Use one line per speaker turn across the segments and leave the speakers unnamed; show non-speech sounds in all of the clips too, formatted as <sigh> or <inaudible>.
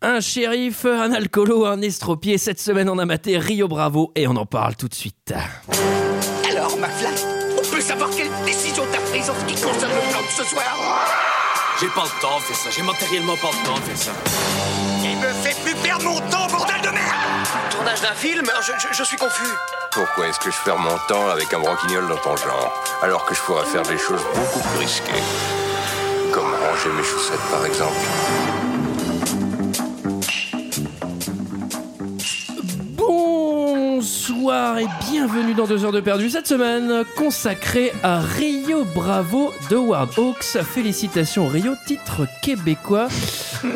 Un shérif, un alcoolo, un estropié, cette semaine on a maté Rio Bravo et on en parle tout de suite.
Alors, McFly, on peut savoir quelle décision t'as prise en ce qui concerne le plan de ce soir
J'ai pas le temps de faire ça, j'ai matériellement pas le temps de faire ça.
Il me fait Oh, plus perdre mon temps, bordel de merde Tournage d'un film je, suis confus.
Pourquoi est-ce que je perds mon temps avec un broquignol dans ton genre, alors que je pourrais faire des choses beaucoup plus risquées Comme ranger mes chaussettes, par exemple.
Bonsoir et bienvenue dans 2 heures de perdu cette semaine consacrée à Rio Bravo de Ward Hawks. Félicitations Rio, titre québécois.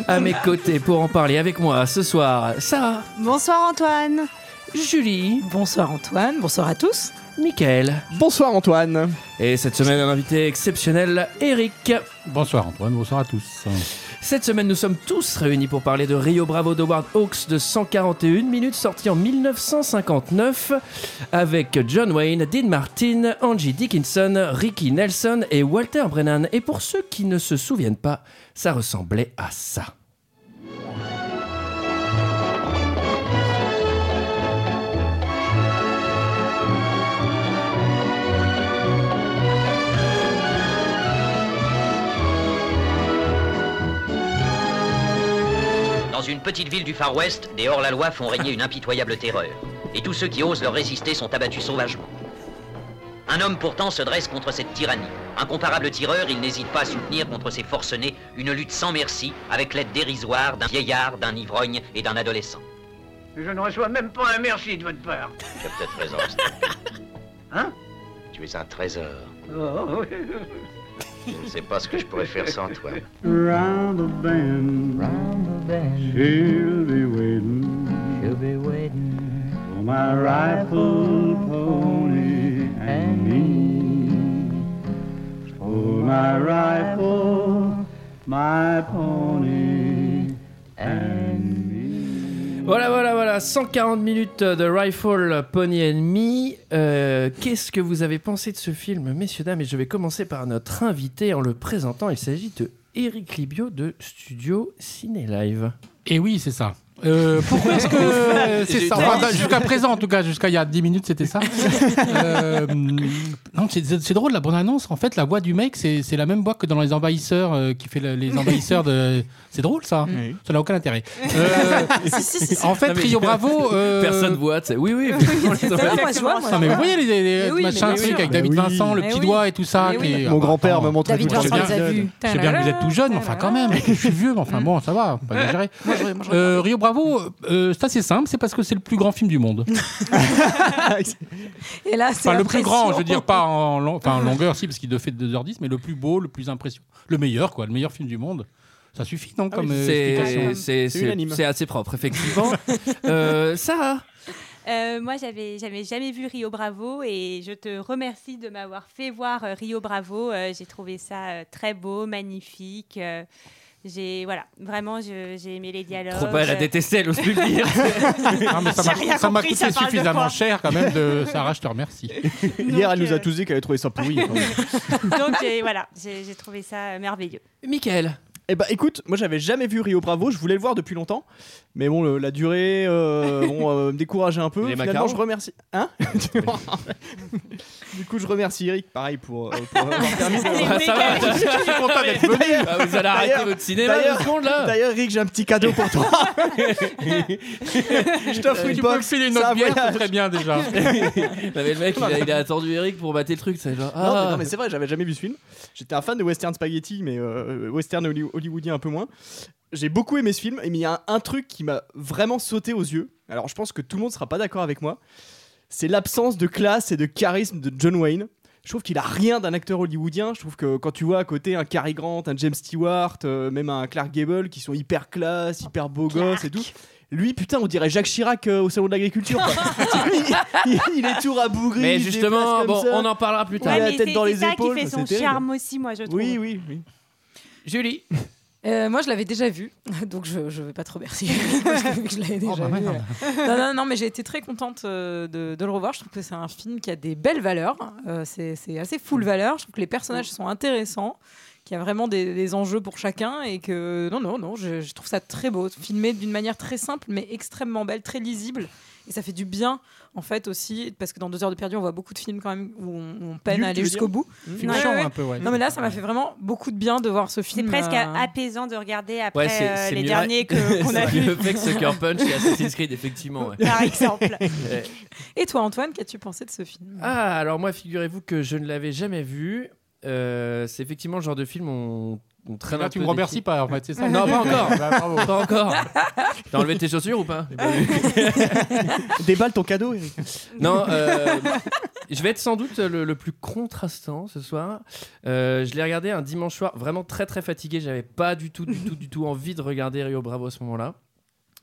À mes côtés pour en parler avec moi ce soir, Sarah,
Bonsoir Antoine.
Julie,
Bonsoir Antoine, bonsoir à tous.
Michael.
Bonsoir Antoine.
Et cette semaine un invité exceptionnel, Eric.
Bonsoir Antoine, bonsoir à tous.
Cette semaine, nous sommes tous réunis pour parler de Rio Bravo d'Howard Hawks de 141 minutes, sorti en 1959, avec John Wayne, Dean Martin, Angie Dickinson, Ricky Nelson et Walter Brennan. Et pour ceux qui ne se souviennent pas, ça ressemblait à ça.
Dans une petite ville du Far West, des hors-la-loi font régner une impitoyable terreur. Et tous ceux qui osent leur résister sont abattus sauvagement. Un homme pourtant se dresse contre cette tyrannie. Incomparable tireur, il n'hésite pas à soutenir contre ses forcenés une lutte sans merci avec l'aide dérisoire d'un vieillard, d'un ivrogne et d'un adolescent.
Je ne reçois même pas un merci de votre part.
Je te présente.
<laughs>
Hein
Tu es un trésor.
Oh, oui.
Je ne sais pas ce que je pourrais faire sans toi.
Round the bend, she'll be waiting. She'll be waiting for my rifle pony and me. For my rifle, my pony and me.
Voilà, voilà, voilà, 140 minutes de Rifle Pony Enemy. Euh, Qu'est-ce que vous avez pensé de ce film, messieurs, dames Et je vais commencer par notre invité en le présentant. Il s'agit de Eric Libio de Studio Ciné Live.
Et Eh oui, c'est ça. Euh, pourquoi est-ce que euh, c'est ça Enfin, bah, Jusqu'à présent, en tout cas, jusqu'à il y a 10 minutes, c'était ça. Euh, non, c'est- c'est c'est drôle la bonne annonce. En fait, la voix du mec, c'est c'est la même voix que dans les envahisseurs euh, qui fait le- les envahisseurs de. C'est drôle ça. Ça n'a aucun
<laughs>
intérêt. Euh,
Ah,
en fait,
Non, mais-
Rio
<laughs>
Bravo. euh,
Personne voit, tu sais. Oui,
<laughs>
oui, effectivement, les
C'est
oreilles.
ça, moi je vois. moi.
Non mais vous voyez les, les- les
Mais oui,
machins
mais bien
trucs
sûr.
avec David
Mais oui.
Vincent, le
Mais
petit
oui.
doigt et tout ça.
Mais
qui
oui.
est-
Mon
Attends,
grand-père me montre
David
Je sais
Vincent
bien-
les a vus.
Je sais bien que vous êtes tout jeune, mais enfin quand même, je suis vieux, mais enfin
Mm.
bon, ça va, faut pas exagérer. Euh, Rio Bravo, euh, c'est assez simple, c'est parce que c'est le plus grand film du monde.
Et là, c'est
Enfin, le plus grand, je veux
impressionnant.
dire, pas en, long- enfin, en longueur, si, parce qu'il doit fait 2h10, mais le plus beau, le plus impressionnant, le meilleur, quoi, le meilleur film du monde. Ça suffit,
Ah
non, comme euh,
<laughs>
explication
C'est- C'est
C'est
c'est-
unanime.
c'est assez propre, effectivement. euh, Sarah
Euh, moi, j'avais jamais, jamais vu Rio Bravo et je te remercie de m'avoir fait voir euh, Rio Bravo. Euh, j'ai trouvé ça euh, très beau, magnifique. Euh, j'ai voilà, vraiment, je- j'ai aimé les dialogues.
Trop belle, elle a
Euh,
détesté,
<laughs>
elle ose plus le dire.
Ah, mais ça m'a-
J'ai rien
ça m'a
compris,
coûté
ça parle de
suffisamment
quoi
cher, quand même, de Sarah, je
<laughs>
te remercie.
Hier, elle
Donc,
nous a
euh,
tous dit qu'elle avait trouvé ça pourri.
Donc j'ai- voilà, j'ai j'ai trouvé ça euh, merveilleux.
Michael,
<laughs> Eh bah écoute, moi j'avais jamais vu Rio Bravo, je voulais le voir depuis longtemps, mais bon le- la durée, euh, bon, euh, me décourageait un peu.
Les
Finalement,
macarons
je remercie. Hein <laughs> Du coup, je remercie Eric, pareil pour, euh, pour avoir permis de-
Ah, ça va, je suis content d'être venu. Ah, Vous allez arrêter
D'ailleurs-
votre cinéma
d'ailleurs-
deux secondes, là
D'ailleurs, Eric, j'ai un petit cadeau pour toi. <laughs> je t'offre une
tu peux me
box.
filer une
ça
autre bière,
voyage.
c'est très bien, déjà.
Euh, <laughs> Non, mais Le mec, il a, il a attendu Eric pour mater le truc. C'est genre,
Non, mais,
ah,
non, mais c'est vrai, j'avais jamais vu ce film. J'étais un fan de western spaghetti, mais euh, western holly- hollywoodien un peu moins. J'ai beaucoup aimé ce film, mais il y a un, un truc qui m'a vraiment sauté aux yeux. Alors je pense que tout le monde sera pas d'accord avec moi. C'est l'absence de classe et de charisme de John Wayne. Je trouve qu'il a rien d'un acteur hollywoodien. Je trouve que quand tu vois à côté un Cary Grant, un James Stewart, euh, même un Clark Gable qui sont hyper classe, hyper beau gosse et tout. Lui, putain, on dirait Jacques Chirac euh, au salon de
<laughs>
l'agriculture. quoi. <laughs> il, il- il est tout rabougri.
mais
il se déplace
justement,
comme
bon,
ça.
on en parlera plus tard.
Ouais, la
mais
tête
c'est
dans
c'est
les
ça
épaules,
qui fait son
c'est terrible.
charme aussi, moi je trouve.
Oui, oui, oui.
Julie,
Euh, moi, je l'avais déjà vu, <laughs> donc je ne vais pas te remercier. <laughs> parce que je l'avais déjà
Oh, bah,
vu.
merde.
Non, non, non, mais j'ai été très contente euh, de, de le revoir. Je trouve que c'est un film qui a des belles valeurs. Euh, c'est c'est assez full valeur. Je trouve que les personnages sont intéressants, qu'il y a vraiment des, des enjeux pour chacun et que non, non, non, je, je trouve ça très beau, filmé d'une manière très simple mais extrêmement belle, très lisible. Et ça fait du bien, en fait, aussi, parce que dans Deux heures de perdu, on voit beaucoup de films quand même où on, on peine
Nul,
à aller
tu veux
jusqu'au
dire
bout.
Mmh. Film chiant, un peu, ouais.
Non, mais là, ça m'a fait vraiment beaucoup de bien de voir ce
C'est
film.
presque
euh,
apaisant de regarder après
Ouais, c'est-
euh,
c'est
les
mieux.
derniers que-
Ouais. <laughs>
qu'on a
C'est
vus.
mieux fait que Sucker Punch et Assassin's Creed, effectivement. ouais.
Par exemple.
Ouais.
<laughs> Et toi, Antoine, qu'as-tu pensé de ce film
Ah, alors moi, figurez-vous que je ne l'avais jamais vu. Euh, c'est effectivement le genre de film où on, on traîne
Là,
un
tu
peu
me
des
remercies
pieds.
pas, en fait, c'est ça
Non, pas encore.
Bah, bravo.
Pas encore. <laughs> T'as enlevé tes chaussures ou pas
Déballe ton
<laughs>
cadeau, Eric.
<laughs> Non, euh, je vais être sans doute le, le plus contrastant ce soir. Euh, je l'ai regardé un dimanche soir, vraiment très très fatigué. J'avais pas du tout, du tout, du tout envie de regarder Rio Bravo à ce moment-là.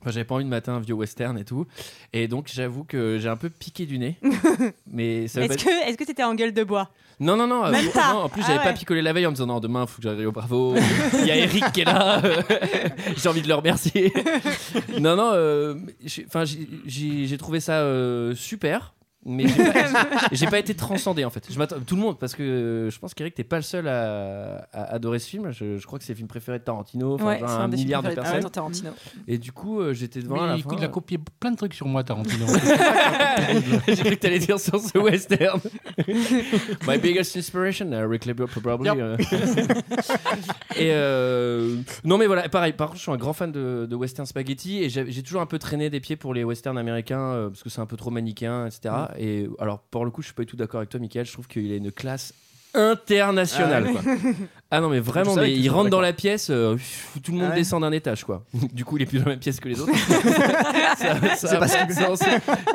Enfin, j'avais pas envie de matin un vieux western et tout. Et donc, j'avoue que j'ai un peu piqué
<laughs>
du nez. Mais ça veut pas
Est-ce
dire-
que est-ce que t'étais en gueule de bois
Non, non, non, euh,
Même
non,
pas.
En plus,
Ah
j'avais pas
ouais.
picolé la veille en me disant non, demain, faut que j'aille au Bravo. Il y a Eric qui
<laughs>
est là. j'ai envie de le remercier. non, non, euh, j'ai- enfin, j'ai- j'ai j'ai trouvé ça euh, super. Mais j'ai pas,
<laughs>
j'ai pas été transcendé en fait. Je m'attends tout le monde parce que euh, je pense qu'Eric t'es pas le seul à, à adorer ce film. Je, je crois que c'est le film préféré de Tarantino, enfin
Ouais,
genre
c'est
un,
un des films
milliard de
préférés de
personnes.
Tarantino.
Et du coup, euh, j'étais
<laughs>
devant
Mais
à la
il
fin.
a copié plein de trucs sur moi, Tarantino.
<laughs> J'ai cru que t'allais dire sur ce western. <laughs> My biggest inspiration, uh, Rick Labor probably.
Yep.
euh. <laughs> et euh, non mais voilà, pareil. Par contre, je suis un grand fan de, de western spaghetti et j'ai j'ai toujours un peu traîné des pieds pour les westerns américains euh, parce que c'est un peu trop manichéen, etc.
Mm.
Et alors pour le coup, je suis pas du tout d'accord avec toi, Michael. Je trouve qu'il a une classe internationale.
Ah
Ah,
ouais.
ah non mais vraiment,
Je savais
mais
que
il
tu
rentre
serais
dans
d'accord.
la pièce, euh, pff, tout le monde
Ah ouais.
descend d'un étage quoi. <laughs> Du coup, il est plus dans la même pièce que les autres.
C'est
ça, ça a
pas
pas de
ce
sens.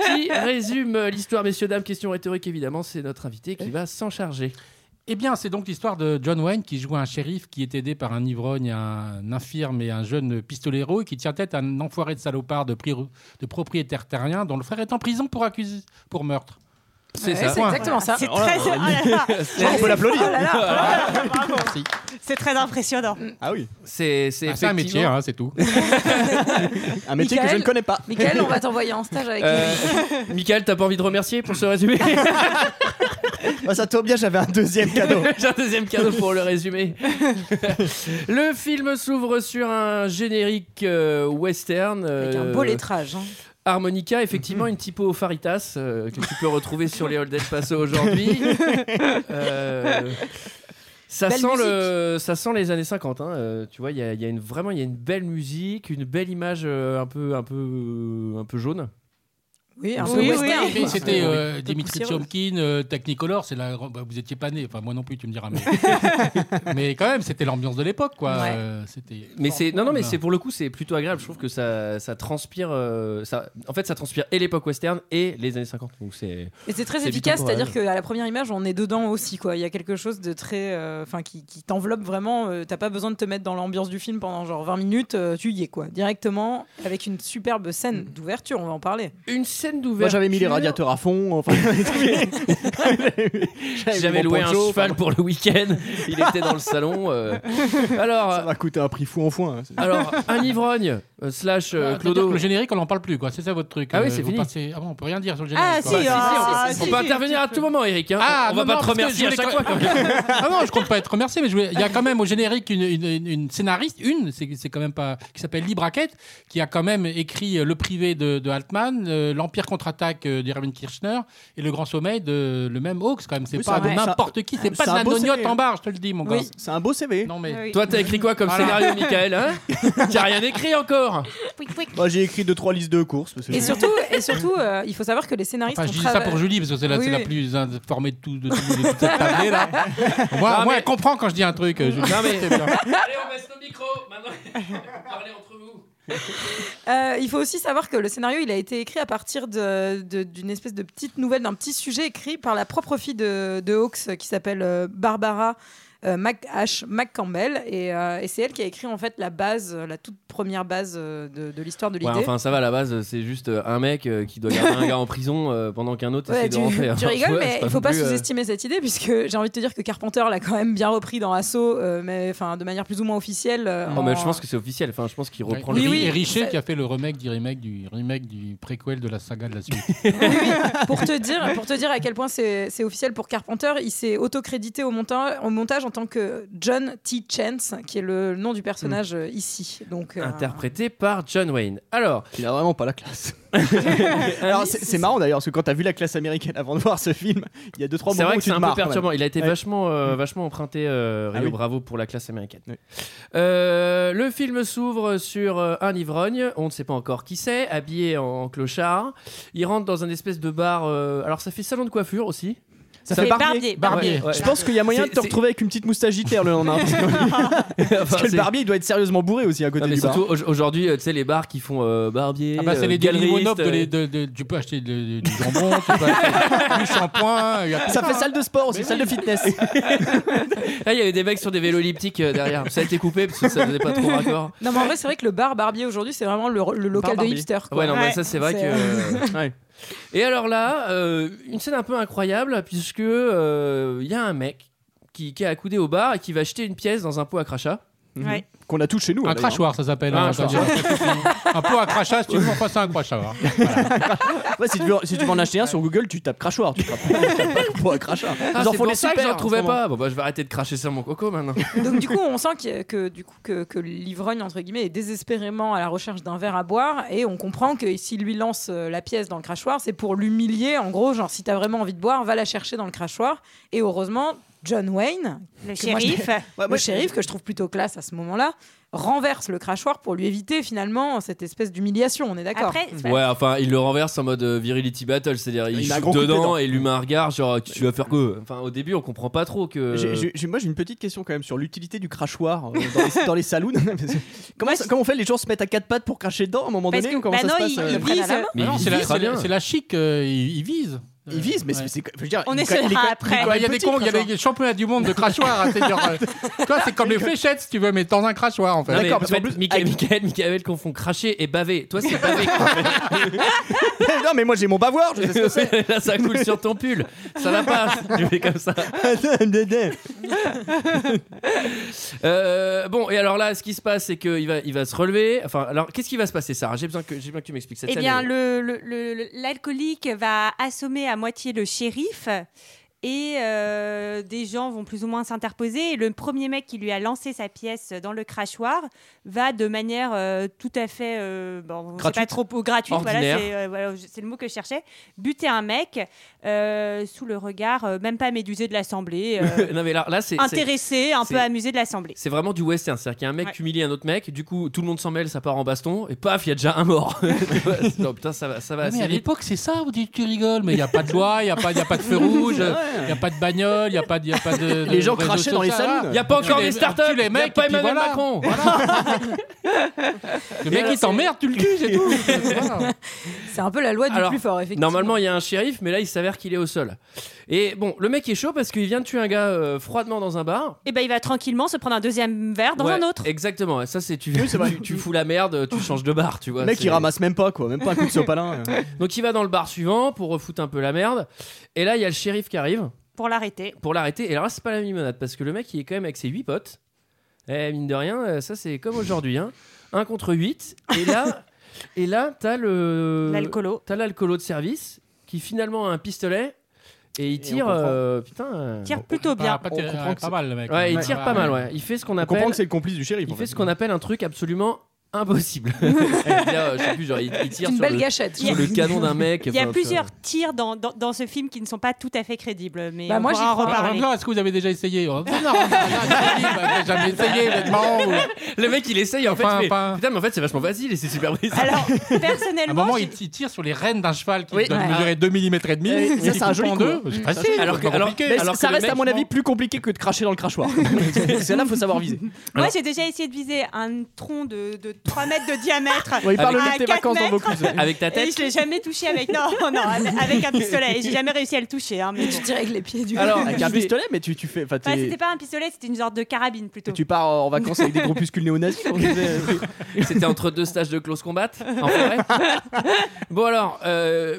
Qui résume euh, l'histoire, messieurs, dames Question rhétorique, évidemment, c'est notre invité qui va s'en charger.
<laughs> Eh bien, c'est donc l'histoire de John Wayne qui joue un shérif qui est aidé par un ivrogne, un infirme et un jeune pistolero et qui tient tête à un enfoiré de salopard de, pri- de propriétaire terrien dont le frère est en prison pour, accusé, pour meurtre.
C'est
Ouais, ça. c'est
Point.
exactement ça.
C'est très <laughs> oh là là.
C'est-
On peut l'applaudir.
Oh là
<laughs>
là, oh là là, bravo.
Merci.
C'est très impressionnant.
Mm.
Ah oui.
C'est c'est
Ah, c'est un
effectivement-
métier, hein, c'est tout.
Un métier que je
Michael-
ne connais pas.
Michael, on va t'envoyer en stage avec
Euh, <laughs> Michael, t'as pas envie de remercier pour ce résumé <laughs>
Ah, ça tombe bien, j'avais un deuxième
<laughs>
cadeau.
J'ai un deuxième cadeau pour le résumé. le film s'ouvre sur un générique euh, western.
Avec un
euh,
beau lettrage. hein.
Harmonica, effectivement, une typo faritas euh, que tu peux retrouver sur les Old El Paso aujourd'hui. Euh, ça,
Belle
sent le, ça sent les années 50. hein, euh, tu vois, il y a, il y a une, vraiment il y a une belle musique, une belle image euh, un, peu, un, peu, euh, un peu jaune.
Oui, un
Oui,
peu
oui,
western.
oui.
Mais
quoi.
C'était
oui.
euh,
Un peu
Dimitri
poussiéreux.
Chomkin, euh, Technicolor, c'est la... bah, vous étiez pas né, enfin moi non plus, tu me diras. Mais, mais quand même, c'était l'ambiance de l'époque, quoi.
Ouais.
Euh, c'était.
Mais c'est non non mais
Voilà.
c'est pour le coup c'est plutôt agréable je trouve que ça ça transpire euh, ça en fait ça transpire et l'époque western et les années 50 donc c'est
Et c'est très
C'est
efficace,
vite
c'est-à-dire qu'à la première image, on est dedans aussi. Quoi. Il y a quelque chose de très. euh, Enfin, qui, qui t'enveloppe vraiment. euh, T'as pas besoin de te mettre dans l'ambiance du film pendant genre 20 minutes. euh, tu y es, quoi. Directement, avec une superbe
Mm.
scène d'ouverture, on va en parler.
une scène d'ouverture
Moi, j'avais mis les radiateurs à fond. Enfin, <laughs>
<laughs>
J'avais
Eh mon
loué un
poncho,
cheval
enfin,
pour le week-end. Il était dans le salon. euh. Alors,
Ça m'a coûté un prix fou en foin. hein.
Ah
C'est-
alors, un ivrogne euh, slash euh,
Ah, c'est-à-dire que
Clodo.
Le générique, on n'en parle plus, quoi. C'est ça votre truc.
Ah oui,
euh,
c'est
vous
fini.
passez- Ah bon, on peut rien dire sur le générique.
Ah si,
quoi.
ah,
On
si,
peut
si.
intervenir à tout moment, Eric. hein.
Ah,
on
non,
va pas
non, parce
te
que
remercier à
je
chaque
voulais
fois. quand même.
<laughs> Ah non, je compte pas être remercié, mais je voulais- il y a quand même au générique une, une- une- une scénariste, une, c'est c'est quand même pas, qui s'appelle Lee Brackett, qui a quand même écrit euh, Le privé de, de Altman, euh, L'Empire contre-attaque euh, d'Irvin Kirchner et Le Grand Sommeil de le même Hawks quand même. C'est
Oui,
pas
c'est
de
un-
n'importe qui, c'est
c'est
pas de
un
la
beau
nognotte
CV.
en barre, je te le dis, mon gars.
Oui, C'est un beau CV.
Non mais.
Oui.
<laughs> Toi, t'as écrit quoi comme
Voilà.
scénario, Michael hein T'as rien écrit encore.
Pouic, pouic.
Moi, Bah, j'ai écrit deux trois listes de courses. parce que-
Et surtout, et surtout euh, il faut savoir que les scénaristes.
Enfin, je
ont
dis ça
trava-
pour Julie parce que c'est la,
Oui,
c'est la
oui.
plus informée de tout de, tout- de toute cette table
<laughs>
là. Moi,
Non,
moi,
mais-
elle comprend quand je dis un truc. euh, Julie.
Non, mais-
C'est bien.
Allez, on baisse nos micros. Maintenant, parlez entre vous.
Euh, il faut aussi savoir que le scénario, il a été écrit à partir de- de- d'une espèce de petite nouvelle, d'un petit sujet écrit par la propre fille de, de Hawks euh, qui s'appelle euh, Barbara euh, McH McCampbell. Et, euh, et c'est elle qui a écrit en fait la base, euh, la toute première base euh, de, de l'histoire de l'idée.
Ouais, enfin, ça va, à la base, c'est juste euh, un mec euh, qui doit garder un gars en prison euh, pendant qu'un autre
Ouais,
essaie
tu,
de rentrer.
tu rigoles,
Ouais,
mais
c'est
il faut pas
non plus, euh,
sous-estimer cette idée, puisque j'ai envie de te dire que Carpenter l'a quand même bien repris dans Assaut, euh, mais enfin de manière plus ou moins officielle. euh,
Oh,
Non, Oh, mais
en-
je pense que c'est officiel. Enfin, je pense qu'il reprend
oui,
le
oui,
oui,
et Richer
ça-
qui a fait le remake du remake du remake du préquel de la saga de la suite.
pour te dire, pour te dire à quel point c'est c'est officiel pour Carpenter, il s'est autocrédité au montage, au montage en tant que John T. Chance, qui est le nom du personnage euh, ici. Donc, euh,
Interprété par John Wayne. Alors.
Il a vraiment pas
<laughs>
la classe. Alors, c'est c'est marrant d'ailleurs, parce que quand t'as vu la classe américaine avant de voir ce film, il y a deux trois
C'est
moments
vrai
où
que
tu
c'est
te
un peu
marres, quand même.
perturbant. Il a été
Ouais. Mm.
vachement, euh, vachement emprunté euh,
Ah
Rio
oui.
Bravo pour la classe américaine. Euh, le film s'ouvre sur euh, un ivrogne, on ne sait pas encore qui c'est, habillé en, en clochard. Il rentre dans un espèce de bar. euh, alors ça fait salon de coiffure aussi.
Ça fait barbier.
Barbier.
Je pense qu'il y a moyen de te
C'est-
retrouver avec une petite moustache Hitler le lendemain.
<laughs>
parce que- Parce que
c'est-
le barbier, il doit être sérieusement bourré aussi à
Non,
côté
mais
du bar.
surtout au- aujourd'hui, euh, tu sais, les bars qui font euh, barbier.
Ah bah c'est
euh,
les derniers
galeriste,
monoples de,
euh,
les- de- de- tu peux acheter de- de- du jambon, tu peux acheter du shampoing. il y a tout
Ça fait salle de sport aussi, salle
<laughs>
de fitness.
Ah, il y avait des mecs sur des vélos elliptiques euh, derrière. Ça a été coupé parce que ça faisait pas trop raccord.
Non, mais en vrai, c'est vrai que le bar Barbier aujourd'hui, c'est vraiment le, le
Bar
local de
Barbier.
hipster. quoi.
Ouais, non, mais ça c'est vrai que. <laughs>
Ouais.
Et alors là, euh, une scène un peu incroyable, puisque euh, il y a un mec qui, qui est accoudé au bar et qui va jeter une pièce dans un pot à crachat.
Ouais.
Qu'on a tous chez nous.
Un
hein, d'ailleurs.
crachoir, ça s'appelle.
Ah,
hein,
un
ça veut dire- un pot à crachat, si tu veux, enfin, c'est un crachoir.
Ouais, si, tu veux, si tu veux en acheter un sur Google, tu tapes crachoir. Tu tapes tu tapes pas <laughs> pour un crachat.
Ah,
Ils en
c'est
font
pour
des
ça que
super.
j'en
en
trouvais
ce moment.
pas. Bon, bah, je vais arrêter de cracher sur mon coco maintenant.
<laughs> Donc du coup, on sent qu'il y a- que du coup que, que l'ivrogne entre guillemets est désespérément à la recherche d'un verre à boire et on comprend que s'il lui lance euh, la pièce dans le crachoir, c'est pour l'humilier. En gros, genre si t'as vraiment envie de boire, va la chercher dans le crachoir. Et heureusement, John Wayne,
Le
Que moi, je-
shérif.
Ouais,
le
moi, je-
shérif que je trouve plutôt classe à ce moment-là, renverse le crachoir pour lui éviter finalement cette espèce d'humiliation. On est d'accord
Après, c'est pas-
Ouais, enfin, il le renverse en mode euh, virility battle, c'est-à-dire il,
Il met un
shoot
gros coup de
dedans,
dedans.
et lui met un regard, genre tu vas faire quoi Enfin, au début, on comprend pas trop que.
J'ai- j'ai- j'ai- moi j'ai une petite question quand même sur l'utilité du crachoir euh, dans, les, dans les saloons. <laughs> Parce que comment, ça- comment on fait les gens se mettent à quatre pattes pour cracher dedans à un moment
Parce
donné
que-
ou comment
bah
ça
non,
se passe
ils-
euh,
ils
ils,
visent.
Mais
Ah non,
il
c'est la,
vise
c'est
très
la-
bien.
c'est la chic, euh, ils, ils visent.
visent, mais
Ouais.
c'est- c'est je veux dire,
On
ils-
est seul
ils- ils-
après.
Quoi, Il y a des
petits
con- il y a
crachoirs.
des championnats du monde de crachoirs. hein, c'est-à-dire, euh, quoi, c'est comme les fléchettes, si tu veux, mais dans un crachoir en fait.
Non, mais
D'accord,
en
parce
fait,
qu'en plus,
Michael,
avec-
Michael, Michael confond cracher et baver. Toi, c'est baver.
<laughs> non mais moi j'ai mon bavoir, je sais ce
<laughs>
que c'est.
Là, ça coule sur ton pull. Ça va
<laughs>
pas. Tu fais comme ça. Euh, bon, et alors là, ce qui se passe, c'est qu'il va, il va se relever. Enfin, alors, qu'est-ce qui va se passer, Sarah J'ai besoin que, j'ai besoin que tu m'expliques cette
Eh
scène.
bien,
Elle-
le- le- le- l'alcoolique va assommer à moitié le shérif et euh, des gens vont plus ou moins s'interposer. Et le premier mec qui lui a lancé sa pièce dans le crachoir va de manière euh, tout à fait euh, bon, on sait
Gratuite.
pas trop oh, gratuite. Voilà,
Ordinaire.
c'est euh, voilà, je- c'est le mot que je cherchais. Buter un mec euh, sous le regard euh, même pas médusé de l'assemblée, euh,
non, mais là, là <laughs> c'est. c'est-
intéressé, un peu
c'est-
amusé de l'assemblée.
C'est vraiment du western, c'est-à-dire qu'il y a un mec
Ouais.
qui humilie un autre mec, du coup tout le monde s'en mêle, ça part en baston, et paf, il y a déjà un
<laughs>
mort. Tu vois, c'est- non, putain, ça va, ça va
Ah, mais
assez
à
vite.
l'époque, c'est ça, vous dites, tu rigoles, mais il n'y a pas de loi, il n'y a, pas- il y a pas de feu rouge, il n'y a pas de bagnole, il n'y a pas de. il y a pas de- de
Les gens
réseaux
crachaient dans les
sociaux,
salons.
voilà.
Il n'y a pas
Tu
encore
les-
des startups,
tu les
il n'y a
mecs,
pas
et puis
Emmanuel
voilà.
Macron.
Le mec, il t'emmerde, tu le tues, c'est tout. Voilà.
C'est un peu la loi du
Alors,
plus fort, effectivement.
Normalement, il y a un shérif, mais là, il s'avère qu'il est au sol. Et bon, le mec est chaud parce qu'il vient de tuer un gars euh, froidement dans un bar.
Et ben il va tranquillement se prendre un deuxième verre dans
Ouais,
un autre.
Exactement. Et Ça, c'est tu,
Oui, c'est vrai.
tu, tu fous la merde,
<laughs>
tu changes de bar, tu vois.
Le mec
c'est-
il ramasse même pas quoi, même pas un coup de sopalin. euh.
Donc il va dans le bar suivant pour refoutre un peu la merde. Et là, il y a le shérif qui arrive
pour l'arrêter.
pour l'arrêter. Et alors là, c'est pas la limonade parce que le mec, il est quand même avec ses 8 potes. Et mine de rien, euh, ça c'est comme aujourd'hui. Hein. 1 contre 8. Et là,
<laughs>
et là t'as le.
L'alcoolo.
T'as l'alcoolo de service qui finalement a un pistolet et il
on
tire.
comprend.
euh, putain. euh,
Tire plutôt bien.
Pas, pas,
On
terri-
comprend que
pas
c'est-
mal, le mec.
Ouais, il tire pas mal, ouais. Il fait ce qu'on
On comprend
appelle.
que c'est le complice du shérif.
Il
en
fait
fait.
ce qu'on appelle un truc absolument impossible. <laughs> C'est-à-dire, euh, je sais plus, genre, il, il
c'est
tire
une
sur
belle
le,
gâchette.
sur le canon d'un mec.
Il y a
enfin,
plusieurs tirs dans, dans, dans ce film qui ne sont pas tout à fait crédibles, mais
Bah,
on
moi,
pourra
j'y
en
crois.
Par
reparler.
exemple, est-ce que vous avez déjà essayé Oh, Non, non, non, non, j'ai jamais essayé, honnêtement. ou-
Le mec, il essaye en fait.
Enfin,
mais-
pas-
Putain, mais en fait, c'est vachement facile et c'est super brisé.
Alors,
À un
personnellement,
moment,
j'ai-
il il tire sur les rênes d'un cheval qui
Oui.
doit
Ouais.
mesurer 2 mm et demi.
Et
et
ça,
il
c'est un
coupe
joli
en
coup,
deux.
hein.
C'est facile.
Alors que-
c'est pas
alors-
compliqué.
mais-
Ça-
alors que
ça
le
reste
mec,
à mon
non.
avis plus compliqué que de cracher dans le <laughs> crachoir. c'est là faut savoir viser.
moi, j'ai déjà essayé de viser un tronc de, de 3 mètres de diamètre.
Ouais, il parle
à
de tes
quatre
vacances dans vos
mètres,
coups.
<laughs> Avec ta
Et
tête.
je l'ai jamais touché avec non non avec un pistolet. Et J'ai jamais réussi à le toucher. hein, mais
Tu
bon.
dirais avec les pieds
<laughs>
du.
Alors,
Avec
je
un
vais-
pistolet mais tu tu fais enfin,
Enfin,
t'es-
Bah, c'était pas un pistolet, c'était une sorte de carabine plutôt.
tu pars en vacances avec des groupuscules néo-nazis. comme
<laughs>
on disait.
C'était entre deux stages de close combat en forêt. bon alors, euh,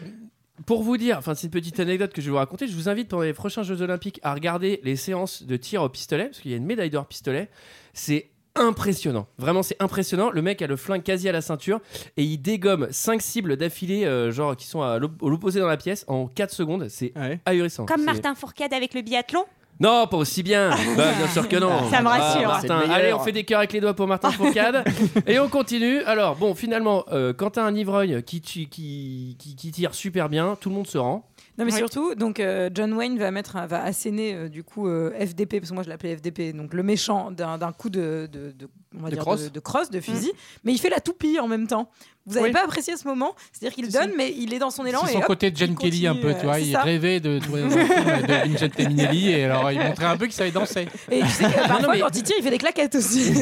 pour vous dire, enfin c'est une petite anecdote que je vais vous raconter. Je vous invite pendant les prochains Jeux Olympiques à regarder les séances de tir au pistolet parce qu'il y a une médaille d'or pistolet. C'est impressionnant. Vraiment, c'est impressionnant. Le mec a le flingue quasi à la ceinture et il dégomme cinq cibles d'affilée, euh, genre qui sont à l'op- à l'opposé dans la pièce en 4 secondes. C'est
<laughs> Ouais.
ahurissant.
Comme
C'est-
Martin Fourcade avec le biathlon.
Non, pas aussi bien. Bah, bien sûr que non.
Ça me
Ah,
rassure.
Martin.
C'est le meilleur.
Allez, on fait des cœurs avec les doigts pour Martin Fourcade. et on continue. Alors, bon, finalement, euh, quand t'as un ivrogne qui, tu- qui, qui, qui tire super bien, tout le monde se rend.
Non, mais surtout, donc euh, John Wayne va mettre, un- va asséner euh, du coup euh, FDP, parce que moi je l'appelais FDP, donc le méchant d'un d'un coup de, de, de- on va
De
dire,
crosse.
de, de crosse, de fusil,
Mm.
mais il fait la toupie en même temps. Vous n'avez
Oui.
pas apprécié ce moment C'est-à-dire qu'il donne, mais il est dans son élan.
C'est
et
son
hop,
côté Jen
il
Kelly un
continue,
peu, tu
euh,
vois.
c'est
Il
ça.
rêvait de, de, de Vincent Minnelli et alors il montrait un peu qu'il savait danser.
Et tu sais
<laughs>
que parfois, quand il tire, il fait des claquettes aussi.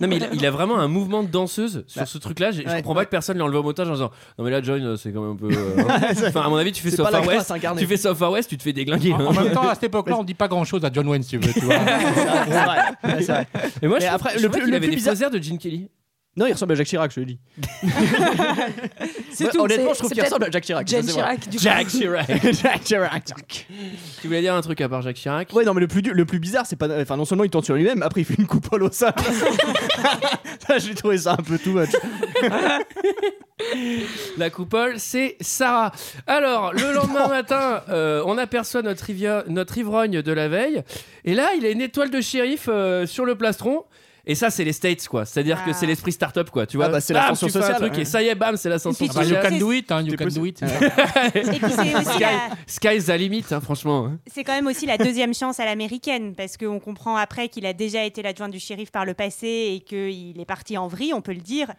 Non, mais il, il a vraiment un mouvement de danseuse sur ce truc-là. J'ai- Je comprends pas que personne l'ait enlevé au montage en disant Non, mais là, John, euh, c'est quand même un peu. euh, hein. enfin, à mon avis, tu fais
C'est pas
South
la
Far
grâce
West.
incarnée.
Tu fais South Far West, tu te fais déglinguer.
En <laughs>
hein.
même temps, à cette époque-là, on dit pas grand-chose à John Wayne, si tu veux, tu vois. Ah
<laughs>
Et moi, je trouve-
Mais après,
je
le
trouvais
plus-
qu'il
le
avait
plus
des
bizarre-
faux airs de Gene Kelly.
Non, il ressemble à Jacques Chirac, je le dis.
C'est
Ouais,
tout. c'est-
honnêtement, je trouve
c'est
qu'il ressemble
peut-être
à Jacques Chirac,
Jane
ça, c'est vrai.
Chirac, du coup.
Jacques <laughs> Chirac.
Jacques Chirac.
Tu voulais dire un truc à part Jacques Chirac
Ouais, non, mais le plus, du- le plus bizarre, c'est pas. Enfin, non seulement il tourne sur lui-même, après il fait une coupole au sol. Ça, J'ai trouvé ça un peu too much.
La coupole, c'est Sarah. Alors,
<laughs>
le lendemain matin, euh, on aperçoit notre, ivia- notre ivrogne de la veille. Et là, il a une étoile de shérif euh, sur le plastron. Et ça, c'est les States, quoi. C'est-à-dire que c'est l'esprit start-up, quoi. Tu vois,
Ah bah, c'est
Bam,
l'ascension
tu fais un
sociale,
truc
ouais.
Et ça y est, bam, c'est l'ascension
Ah bah, you
sociale.
can do it, hein, you can do it. <laughs>
Et puis c'est aussi
Sky,
la-
sky's the limit, hein, franchement. hein.
C'est quand même aussi la deuxième chance à l'américaine, parce qu'on comprend après qu'il a déjà été l'adjoint du shérif par le passé et qu'il est parti en vrille, on peut le dire.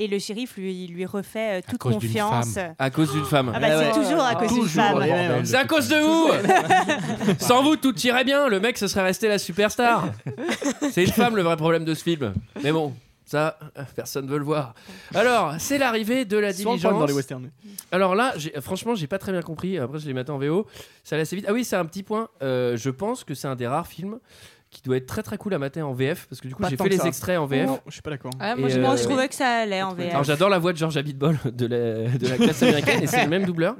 Et le shérif lui, lui refait euh, toute
cause d'une
confiance.
À cause d'une femme.
Ah bah, c'est toujours à cause d'une
Toujours,
femme.
bordel.
Ouais, ouais, ouais.
bah,
C'est à cause de vous
<laughs>
Sans vous, tout irait bien. Le mec, ce serait resté la superstar. C'est une femme le vrai problème de ce film. Mais bon, ça, euh, personne ne veut le voir. Alors, c'est l'arrivée de la
Souvent le
diligence.
problème dans les westerns.
Alors là, j'ai- franchement, j'ai pas très bien compris. Après, je les mettais en VO. Ça allait assez vite. Ah oui, c'est un petit point. Euh, je pense que c'est un des rares films qui doit être très très cool à mater en VF parce que du coup
Pas
j'ai
tant
fait
que
les
ça.
extraits en VF.
Non, je suis pas d'accord.
Ah,
Et,
moi, je,
euh,
moi, je trouvais que ça allait en VF.
alors j'adore la voix de George Abitbol de la, de la classe américaine et c'est le même doubleur.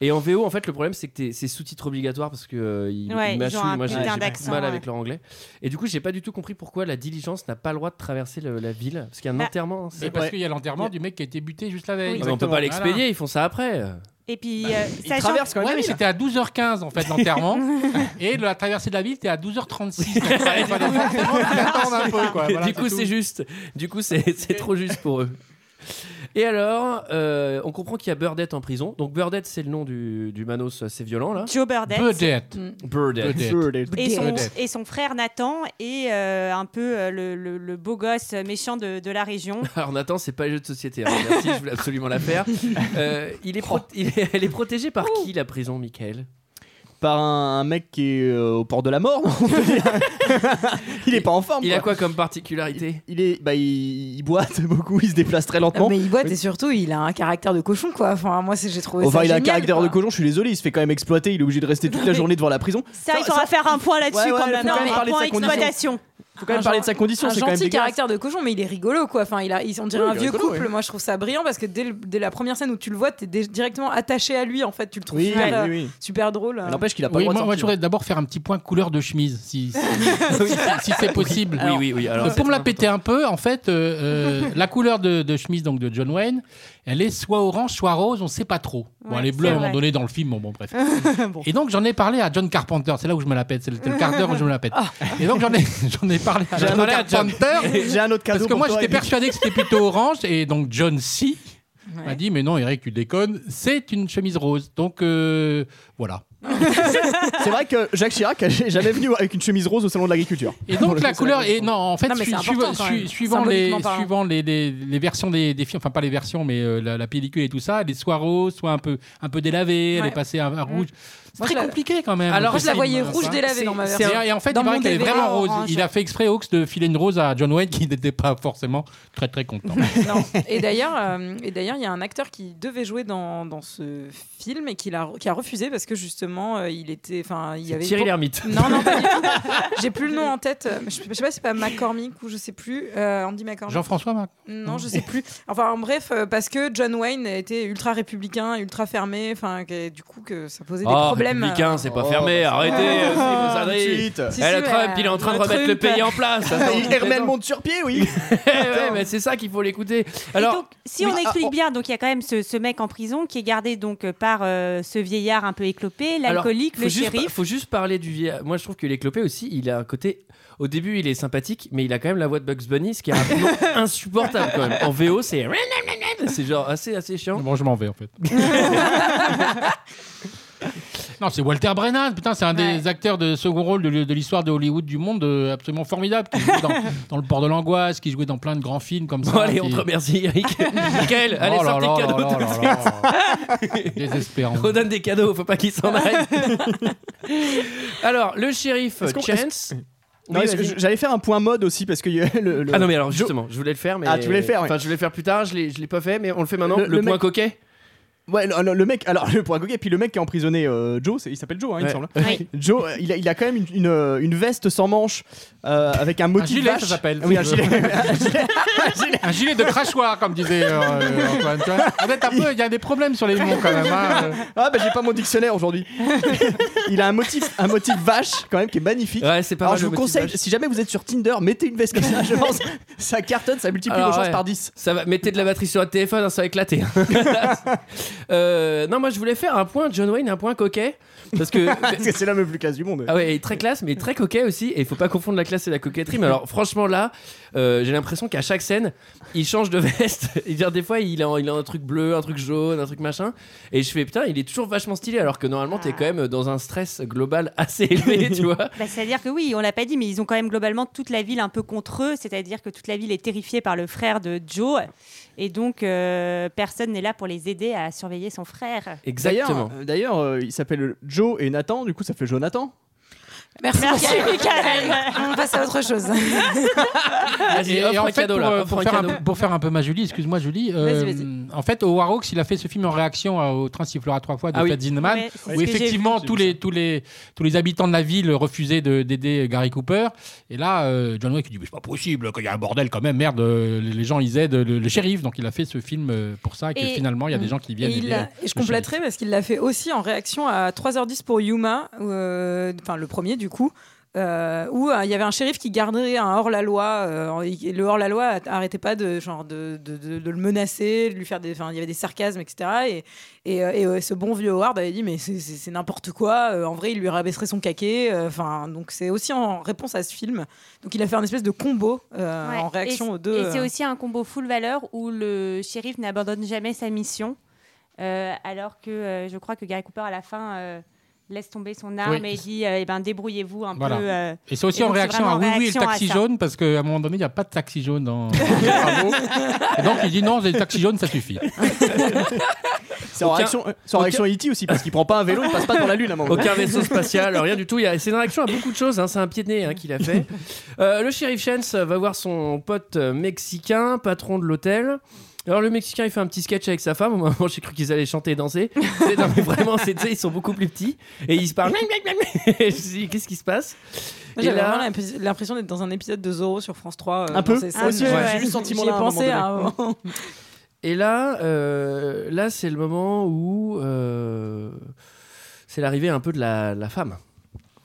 Et en VO, en fait, le problème c'est que t'es- c'est sous-titre obligatoire parce que euh, il,
Ouais,
il
ils
m'assouille.
ont un
Moi, j'ai
putain
j'ai beaucoup de
d'accent,
mal
ouais.
avec leur anglais. Et du coup, j'ai pas du tout compris pourquoi la diligence n'a pas le droit de traverser le- la ville parce qu'il y a un
Bah,
enterrement. hein, c'est-
C'est parce qu'il y a l'enterrement du mec qui a été buté juste la veille.
Ils Ah, on peut pas l'expédier, ils font ça après.
Et puis,
Bah,
euh, sachant-
Ouais, mais c'était à 12h15 en fait l'enterrement. et la traversée de la ville était à 12h36. Donc, il fallait forcément qu'ils attendent un peu,
<laughs>
quoi. Voilà,
du coup,
tout.
c'est juste. Du coup, <laughs> c'est c'est trop juste pour eux. Et alors, euh, on comprend qu'il y a Burdett en prison. Donc Burdett, c'est le nom du, du manos assez violent <laughs> là.
Joe Burdett. Burdett. Mm.
Burdett.
Burdett.
Et son, et son frère Nathan et euh, un peu euh, le, le- le beau gosse méchant de, de la région.
Alors Nathan, c'est pas les jeux de société. hein. Merci, je voulais absolument la faire. Euh, il est pro- il est- elle est protégée par qui la prison, Michael
Par un, un mec qui est euh, au port de la mort, <laughs> on peut dire. Il est pas en forme.
Il a quoi comme particularité
il, est, bah, il, il boite <laughs> beaucoup, il se déplace très lentement.
Ah, Mais il boite et surtout, il a un caractère de cochon, quoi. Enfin, moi, c'est- j'ai trouvé ça.
Enfin, il a un
génial,
caractère
quoi.
de cochon, je suis désolé, il se fait quand même exploiter, il est obligé de
<laughs>
rester toute la journée devant la prison.
Ça, il faudra faire un point là-dessus
Ouais, ouais,
quand
faut
même.
quand
hein,
même
un
parler de
point
sa condition.
exploitation.
Faut quand même parler de sa condition,
un
c'est quand même
gentil
dégueulasse.
caractère de cochon, mais il est rigolo quoi. Enfin, il, a, il- on dirait
Oui,
un
il est
vieux
rigolo,
couple.
oui.
Moi, je trouve ça brillant parce que dès, le- dès la première scène où tu le vois, t'es dé- directement attaché à lui en fait. Tu le trouves
Oui,
super,
oui,
euh,
oui.
super drôle. euh.
Oui, moi, moi, je voudrais d'abord faire un petit point couleur de chemise, si, si, si c'est possible.
Oui, oui, oui, alors,
euh,
c'est
pour me la péter un peu, en fait, euh, euh, la couleur de, de chemise donc de John Wayne, elle est soit orange, soit rose, on sait pas trop. Bon,
Ouais,
elle est bleue
c'est
à un moment
vrai.
donné dans le film, bon, bon bref. Et donc j'en ai parlé à John Carpenter, c'est là où je me la pète, c'est le, c'est le quart d'heure où je me la pète. Et donc j'en ai, <laughs> j'en ai parlé à
J'ai un
John
autre cadeau. <laughs>
Carpenter.
J'ai un autre cadeau
Parce que
pour
moi
toi,
j'étais
Eric.
persuadé que c'était plutôt orange, et donc John C. m'a dit Mais non, Eric, tu déconnes, c'est une chemise rose. Donc euh, voilà.
C'est vrai que Jacques Chirac n'est <laughs> jamais venu avec une chemise rose au salon de l'agriculture. <laughs>
Et donc
Pour
la
le coup,
couleur
c'est
et non en fait
Non, mais
su-
c'est
suivant-
important, quand
su-
même.
suivant les
Symboliquement parlant.
suivant les, les, les versions des, des films enfin pas les versions mais euh, la, la pellicule et tout ça elle est soit rose soit un peu un peu délavée elle
Ouais.
est passée à, à rouge c'est
Moi,
très
je la-
compliqué quand même
Alors,
le
je la
film,
voyais
euh,
rouge
ça.
délavée
C'est-
dans ma
c'est-
version.
et en fait
Dans
il
mon
paraît qu'elle est
DVD
vraiment rose
orange.
il a fait exprès Hawks de filer une rose à John Wayne qui n'était pas forcément très très content
<laughs>
Et d'ailleurs, euh, et d'ailleurs, il y a un acteur qui devait jouer dans, dans ce film et qui a, qui a refusé parce que justement, euh, il était, enfin, il y
C'est
avait
Thierry Lhermitte.
Non, non, pas
<laughs>
du tout. J'ai plus le nom en tête. mais Je, je sais pas, si c'est pas McCormick ou je sais plus. euh, Andy McCormick.
Jean-François Mac-
Non, je sais plus. Enfin, en bref, euh, parce que John Wayne était ultra républicain, ultra fermé, enfin, que- du coup, que ça posait des
Ah,
problèmes. euh,
républicain, c'est pas fermé,
Oh, bah,
arrêtez, euh, c'est vos âneries. Eh, le Trump, il est en train de remettre le pays en <laughs> place.
Il remet le monde sur pied, oui.
Eh ouais, mais c'est ça qu'il faut l'écouter. Alors,
Si
Oui,
on
ah,
explique
on-
bien, donc il y a quand même ce, ce mec en prison qui est gardé donc euh, par euh, ce vieillard un peu éclopé, clopé, l'alcoolique,
Alors,
le
faut juste
shérif.
pa- faut juste parler du vieil. Moi, je trouve que les clopés aussi, il a un côté. Au début, il est sympathique, mais il a quand même la voix de Bugs Bunny, ce qui est absolument
<laughs>
insupportable quand même. En VO, c'est. <laughs> C'est genre assez, assez chiant.
Bon, je m'en vais en fait. <laughs> Non, c'est Walter Brennan, putain, c'est un des acteurs de second rôle de, de l'histoire de Hollywood du monde euh, absolument formidable, qui
<laughs>
jouait dans, dans Le Port de l'Angoisse, qui jouait dans plein de grands films comme ça.
Bon, allez,
qui-
on te remercie,
<laughs>
Eric. Michael,
Oh
allez,
là
sortez
là
le
là
cadeau.
là
tout de
là
suite. <laughs>
Désespérant.
Redonne des cadeaux, faut pas qu'il
<laughs>
s'en aille. Alors, le shérif
Est-ce qu'on-
Chance.
Non,
Oui,
est-ce que
vas-y.
j- J'allais faire un point mode aussi parce que y a le, le-
Ah non, mais alors
Jo-
justement, je voulais le faire, mais.
Ah, tu voulais le faire, ouais.
Enfin, je voulais le faire plus tard, je l'ai je l'ai pas fait, mais on le fait maintenant. Le,
Le- le
point
mec-
coquet.
Ouais, le, le- le mec, alors le point coquet, puis le mec qui a emprisonné euh, Joe, c'est- il s'appelle Joe, hein, il me
Ouais.
semble.
Oui.
<laughs> Joe, euh, il a, il a quand même une, une, euh, une veste sans manches euh, avec un motif
gilet,
vache.
ça s'appelle,
Oui,
si
un
tu veux.
gilet.
Un gilet de crachoir, comme disait euh, Antoine. tu vois. Ah, peut-être un peu, il y a des problèmes sur les noms quand même. hein, euh.
Ah bah j'ai pas mon dictionnaire
<laughs>
aujourd'hui. il a un motif, un motif vache quand même qui est magnifique.
Ouais, c'est pas
alors
mal,
je
le
vous
motif
conseille,
vache.
si jamais vous êtes sur Tinder, mettez une veste comme
<laughs>
ça, je pense. Ça cartonne, ça multiplie
Alors,
vos chances
ouais.
par 10.
Ça va, mettez de la batterie sur votre téléphone, hein, ça va éclater. hein. <laughs> Euh, non, moi je voulais faire un point John Wayne, un point coquet. <laughs> Parce
<laughs>
que.
Parce que c'est la meuf plus classe du monde.
Ah ouais, il est très classe, mais très coquet aussi. Et il faut pas confondre la classe et la coquetterie. Mais alors, franchement, là, euh, j'ai l'impression qu'à chaque scène, il change de <laughs> veste. Et dire des fois, il a, il a un truc bleu, un truc jaune, un truc machin. Et je fais putain, il est toujours vachement stylé. Alors que normalement,
Ah.
t'es quand même dans un stress global <laughs> assez élevé, tu vois.
Bah, C'est-à-dire que oui, on l'a pas dit, mais ils ont quand même globalement toute la ville un peu contre eux. C'est-à-dire que toute la ville est terrifiée par le frère de Joe. Et donc, euh, personne n'est là pour les aider à surveiller son frère.
<laughs> Exactement.
D'ailleurs, euh, D'ailleurs, euh, il s'appelle Joe et Nathan, du coup ça fait Jonathan.
Merci,
Merci,
Michael.
Michael.
On passe à autre chose.
Vas-y,
ah, Et- et
offre
en
un
fait,
cadeau
pour,
là.
euh,
offre
pour
un
faire un,
cadeau.
pour faire un peu ma Julie, excuse-moi Julie. euh,
Vas-y, vas-y.
En fait, Howard Hawks, il a fait ce film en réaction à- au Train sifflera trois fois de
Ah oui.
Fred Zinnemann,
Ouais, c'est ce
où
que j'ai
effectivement
vu.
tous les, tous, les, tous les habitants de la ville refusaient de- d'aider Gary Cooper. Et là, euh, John Wick il dit Mais c'est pas possible, qu'il y a un bordel quand même, merde, euh, les gens ils aident le, le shérif. Donc il a fait ce film euh, pour ça, et que
Et- mm,
finalement il y a des gens qui viennent
Et, il
aider.
l'a-
euh,
et je
le shérif.
compléterai parce qu'il l'a fait aussi en réaction à 3h10 pour Yuma, où, euh, enfin le premier du coup, euh, où euh, il y avait un shérif qui gardait un hors-la-loi. euh, et le hors-la-loi a- arrêtait pas de, genre, de, de- de- de le menacer, de lui faire des, enfin, il y avait des sarcasmes, etc. Et, et, euh, et, euh, ce bon vieux Howard avait dit mais c'est- c'est c'est n'importe quoi. euh, en vrai, il lui rabaisserait son caquet. euh, Enfin, donc c'est aussi en réponse à ce film. Donc il a fait un espèce de combo euh,
Ouais.
en
Et
réaction
c-
aux deux.
Et c'est
euh,
aussi un combo full valeur où le shérif n'abandonne jamais sa mission, euh, alors que euh, je crois que Gary Cooper à la fin euh, laisse tomber son arme
Oui.
et dit euh, eh ben débrouillez-vous un
Voilà.
peu. euh.
Et c'est aussi
Et
en
donc, c'est
réaction
vraiment
à
en
Oui, oui, le
réaction à
taxi
ça.
jaune, parce qu'à un moment donné, il n'y a pas de taxi jaune dans. dans
<laughs>
les travaux. et donc il dit Non, le taxi jaune, ça suffit.
C'est en
Aucun-
réaction, euh, c'est en
aucun-
réaction à E.T. aussi parce qu'il prend pas un vélo, il passe pas dans la lune à un moment.
Aucun
<laughs>
vaisseau spatial, rien du tout. Il y a- C'est une réaction à beaucoup de choses. hein. C'est un pied de nez hein, qu'il a fait. Euh, le shérif Chance va voir son pote euh, mexicain, patron de l'hôtel. Alors le mexicain il fait un petit sketch avec sa femme. Au moment j'ai cru qu'ils allaient chanter
<laughs>
et danser. C'est- non, mais vraiment c'est tu sais, ils sont beaucoup plus petits et ils se parlent. <laughs> Et je me suis dit, qu'est-ce qui se passe
Moi,
Et
J'avais
là-
vraiment l'imp- l'impression d'être dans un épisode de Zorro sur France 3. euh,
Un peu. Ah,
dans ces
Un
scènes.
peu,
Ouais,
ouais.
J'ai eu ce
J'y
sentiment-là
ai
à un moment
pensé
donné.
à un moment.
Et là euh, là c'est le moment où euh, c'est l'arrivée un peu de la, la femme.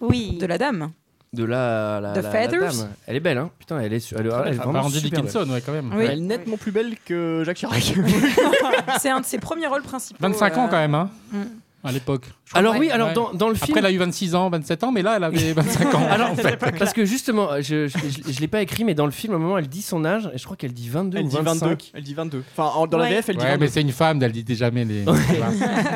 Oui.
<laughs> de la dame.
De la, la,
The
la- la
Feathers
dame. Elle est belle hein. Putain elle est su- elle, elle est
Enfin,
vraiment
Randy
super belle.
Dickinson, ouais, quand même.
Oui.
Elle est nettement plus belle que Jacques Chirac.
C'est un de ses premiers rôles principaux.
25 ans
euh,
quand même, hein,
Mm.
à l'époque.
Alors oui,
Ah Ouais.
alors dans, dans le film.
Après, elle a eu 26 ans, 27 ans, mais là, elle
<laughs>
avait 25 ans.
Alors, parce que justement, je, je, je- je l'ai pas écrit, mais dans le film, à un moment, elle dit son âge, et je crois qu'elle dit 22
Elle
ou
dit
25.
22.
<laughs>
Elle dit 22. Enfin, en- dans la
Ouais.
VF, elle dit
Ouais,
22.
mais c'est une femme, elle dit jamais les. Voilà.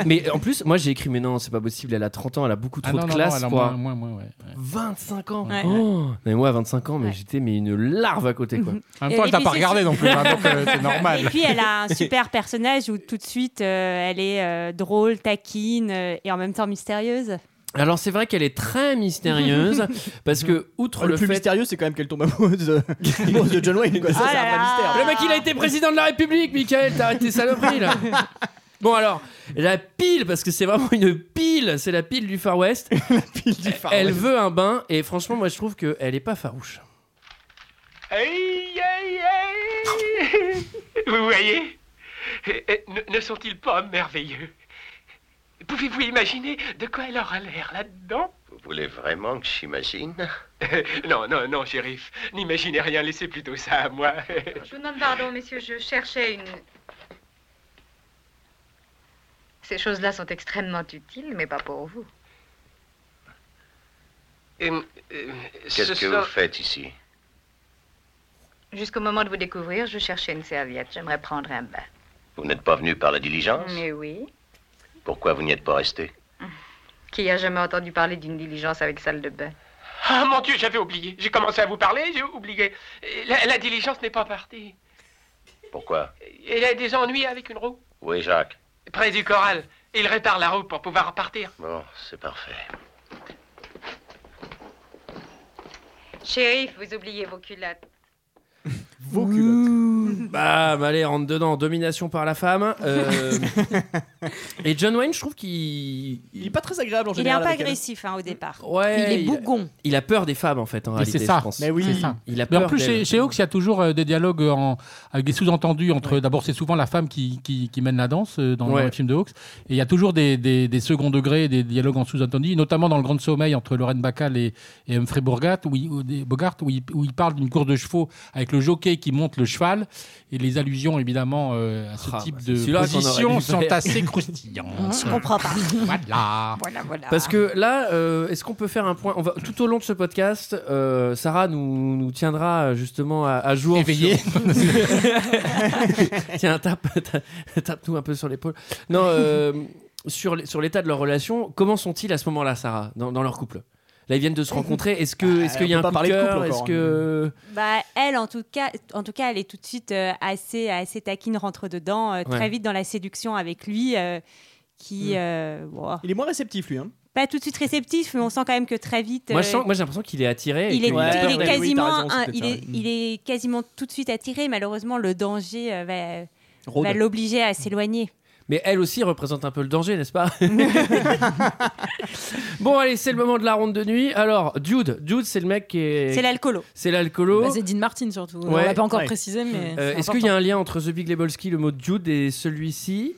Mais en plus, moi j'ai écrit, mais non, c'est pas possible, elle a 30 ans, elle a beaucoup
Ah
trop
non,
de
non,
classe.
non, elle a
pour
moins,
avoir
moins, moins, ouais.
25 ans.
Ouais.
Oh. mais moi à 25 ans, mais
Ouais.
j'étais mais une larve à côté quoi.
Et-
En même
et
temps, elle t'a
puis
pas
c'est-
regardé non plus, hein, donc euh, c'est
Et
normal.
puis elle a un super personnage où tout de suite euh, elle est euh, drôle, taquine euh, et en même temps mystérieuse.
Alors c'est vrai qu'elle est très mystérieuse parce que outre
le,
le,
plus
fait
mystérieux, c'est quand même qu'elle tombe amoureuse euh, <laughs> amoureuse de John Wayne. quoi. Ça,
Ah
c'est un
là
vrai
là.
mystère.
Le mec, il a été président de la République, Michael, t'as arrêté saloperie là. Bon alors, la pile, parce que c'est vraiment une pile, c'est la pile du Far West.
Puis il dit, enfin,
Elle
ouais.
veut un bain, et franchement, moi je trouve qu'elle est pas farouche.
Aïe, aïe, aïe <laughs> Vous voyez Eh, eh, Ne, ne sont-ils pas merveilleux Pouvez-vous imaginer de quoi elle aura l'air là-dedans
Vous voulez vraiment que j'imagine
Non, non, non, shérif. N'imaginez rien, laissez plutôt ça à moi.
Je vous demande pardon, messieurs, je cherchais une. Ces choses-là sont extrêmement utiles, mais pas pour vous.
Euh, euh, ce
Qu'est-ce que
soir-
vous faites ici
Jusqu'au moment de vous découvrir, je cherchais une serviette. J'aimerais prendre un bain.
Vous n'êtes pas venu par la
Ah.
diligence
Mais oui.
Pourquoi vous n'y êtes pas resté
Qui a jamais entendu parler d'une diligence avec salle de bain
Ah mon Dieu, j'avais oublié. J'ai commencé à vous parler, j'ai oublié. Euh, La, la diligence n'est pas partie.
Pourquoi
Elle a des ennuis avec une roue.
Où est Jacques
Près du corral. Il répare la roue pour pouvoir partir.
Bon, c'est parfait.
Shérif, vous oubliez vos culottes.
Vos culottes. Bam, allez, rentre dedans. Domination par la femme.
<laughs>
euh, Et John Wayne, je trouve qu'il.
Il est pas très agréable en
Il est un
général. Hmm.
peu
avec elle.
agressif hein, au départ.
Ouais,
il est bougon.
Il a peur des femmes, en fait, en
Mais
réalité.
c'est ça.
je pense.
Mais oui. C'est ça.
Il a
Mais
peur.
en plus,
d'elle.
chez, chez Hawks, il y a toujours euh, des dialogues en, avec des sous-entendus entre. D'abord, c'est souvent la femme qui, qui, qui mène la danse euh, dans, dans
Ouais.
les films de Hawks. Et il y a toujours des, des, des seconds degrés, des dialogues en sous-entendus, notamment dans Le Grand Sommeil entre Lorraine Bacall et, et Humphrey Bogart, où il, où des- Bogart, où il, où il parle d'une course de chevaux avec le jockey qui monte le cheval. Et les allusions, évidemment, euh, à ce
Ah,
type
bah,
de
celui-là qu'on aurait
position
dû
sont
faire.
assez croustillantes.
<laughs> Je comprends pas.
voilà.
<laughs> Voilà, voilà.
Parce que là, euh, est-ce qu'on peut faire un point On va tout au long de ce podcast, euh, Sarah nous, nous tiendra euh, justement à, à jour. Éveillé. <laughs> Tiens, tape, ta- tape-nous un peu sur l'épaule. Non, euh, sur l- sur l'état de leur relation. Comment sont-ils à ce moment-là, Sarah, dans, dans leur couple Là, ils viennent de se rencontrer. Est-ce que, est-ce
Ah,
qu'il y a
on
un
peut pas
coup de
parler de couple
cœur
encore,
Est-ce que
Bah, elle, en tout, cas, en tout cas, elle est tout de suite euh, assez, assez taquine, rentre dedans, euh,
Ouais.
très vite dans la séduction avec lui, euh, qui.
Hmm.
euh, wow.
Il est moins réceptif, lui. Hein.
Pas tout de suite réceptif, mais on sent quand même que très vite.
moi,
euh,
je sens- moi, j'ai l'impression qu'il est attiré. et
il est,
qu'il-
il est quasiment, un- il, est, il est quasiment tout de suite attiré. Malheureusement, le danger euh, va-
Rôde.
va l'obliger à s'éloigner.
Mais elle aussi représente un peu le danger, n'est-ce pas Bon, allez, c'est le moment de la ronde de nuit. Alors, Jude, Jude, c'est le mec qui est.
C'est l'alcoolo.
C'est l'alcoolo.
Bah, c'est Dean Martin surtout. On
Ouais.
l'a pas encore
Ouais.
précisé, mais.
Euh,
c'est
Est-ce qu'il y a
important.
un lien entre The Big Lebowski, le mot Jude, et celui-ci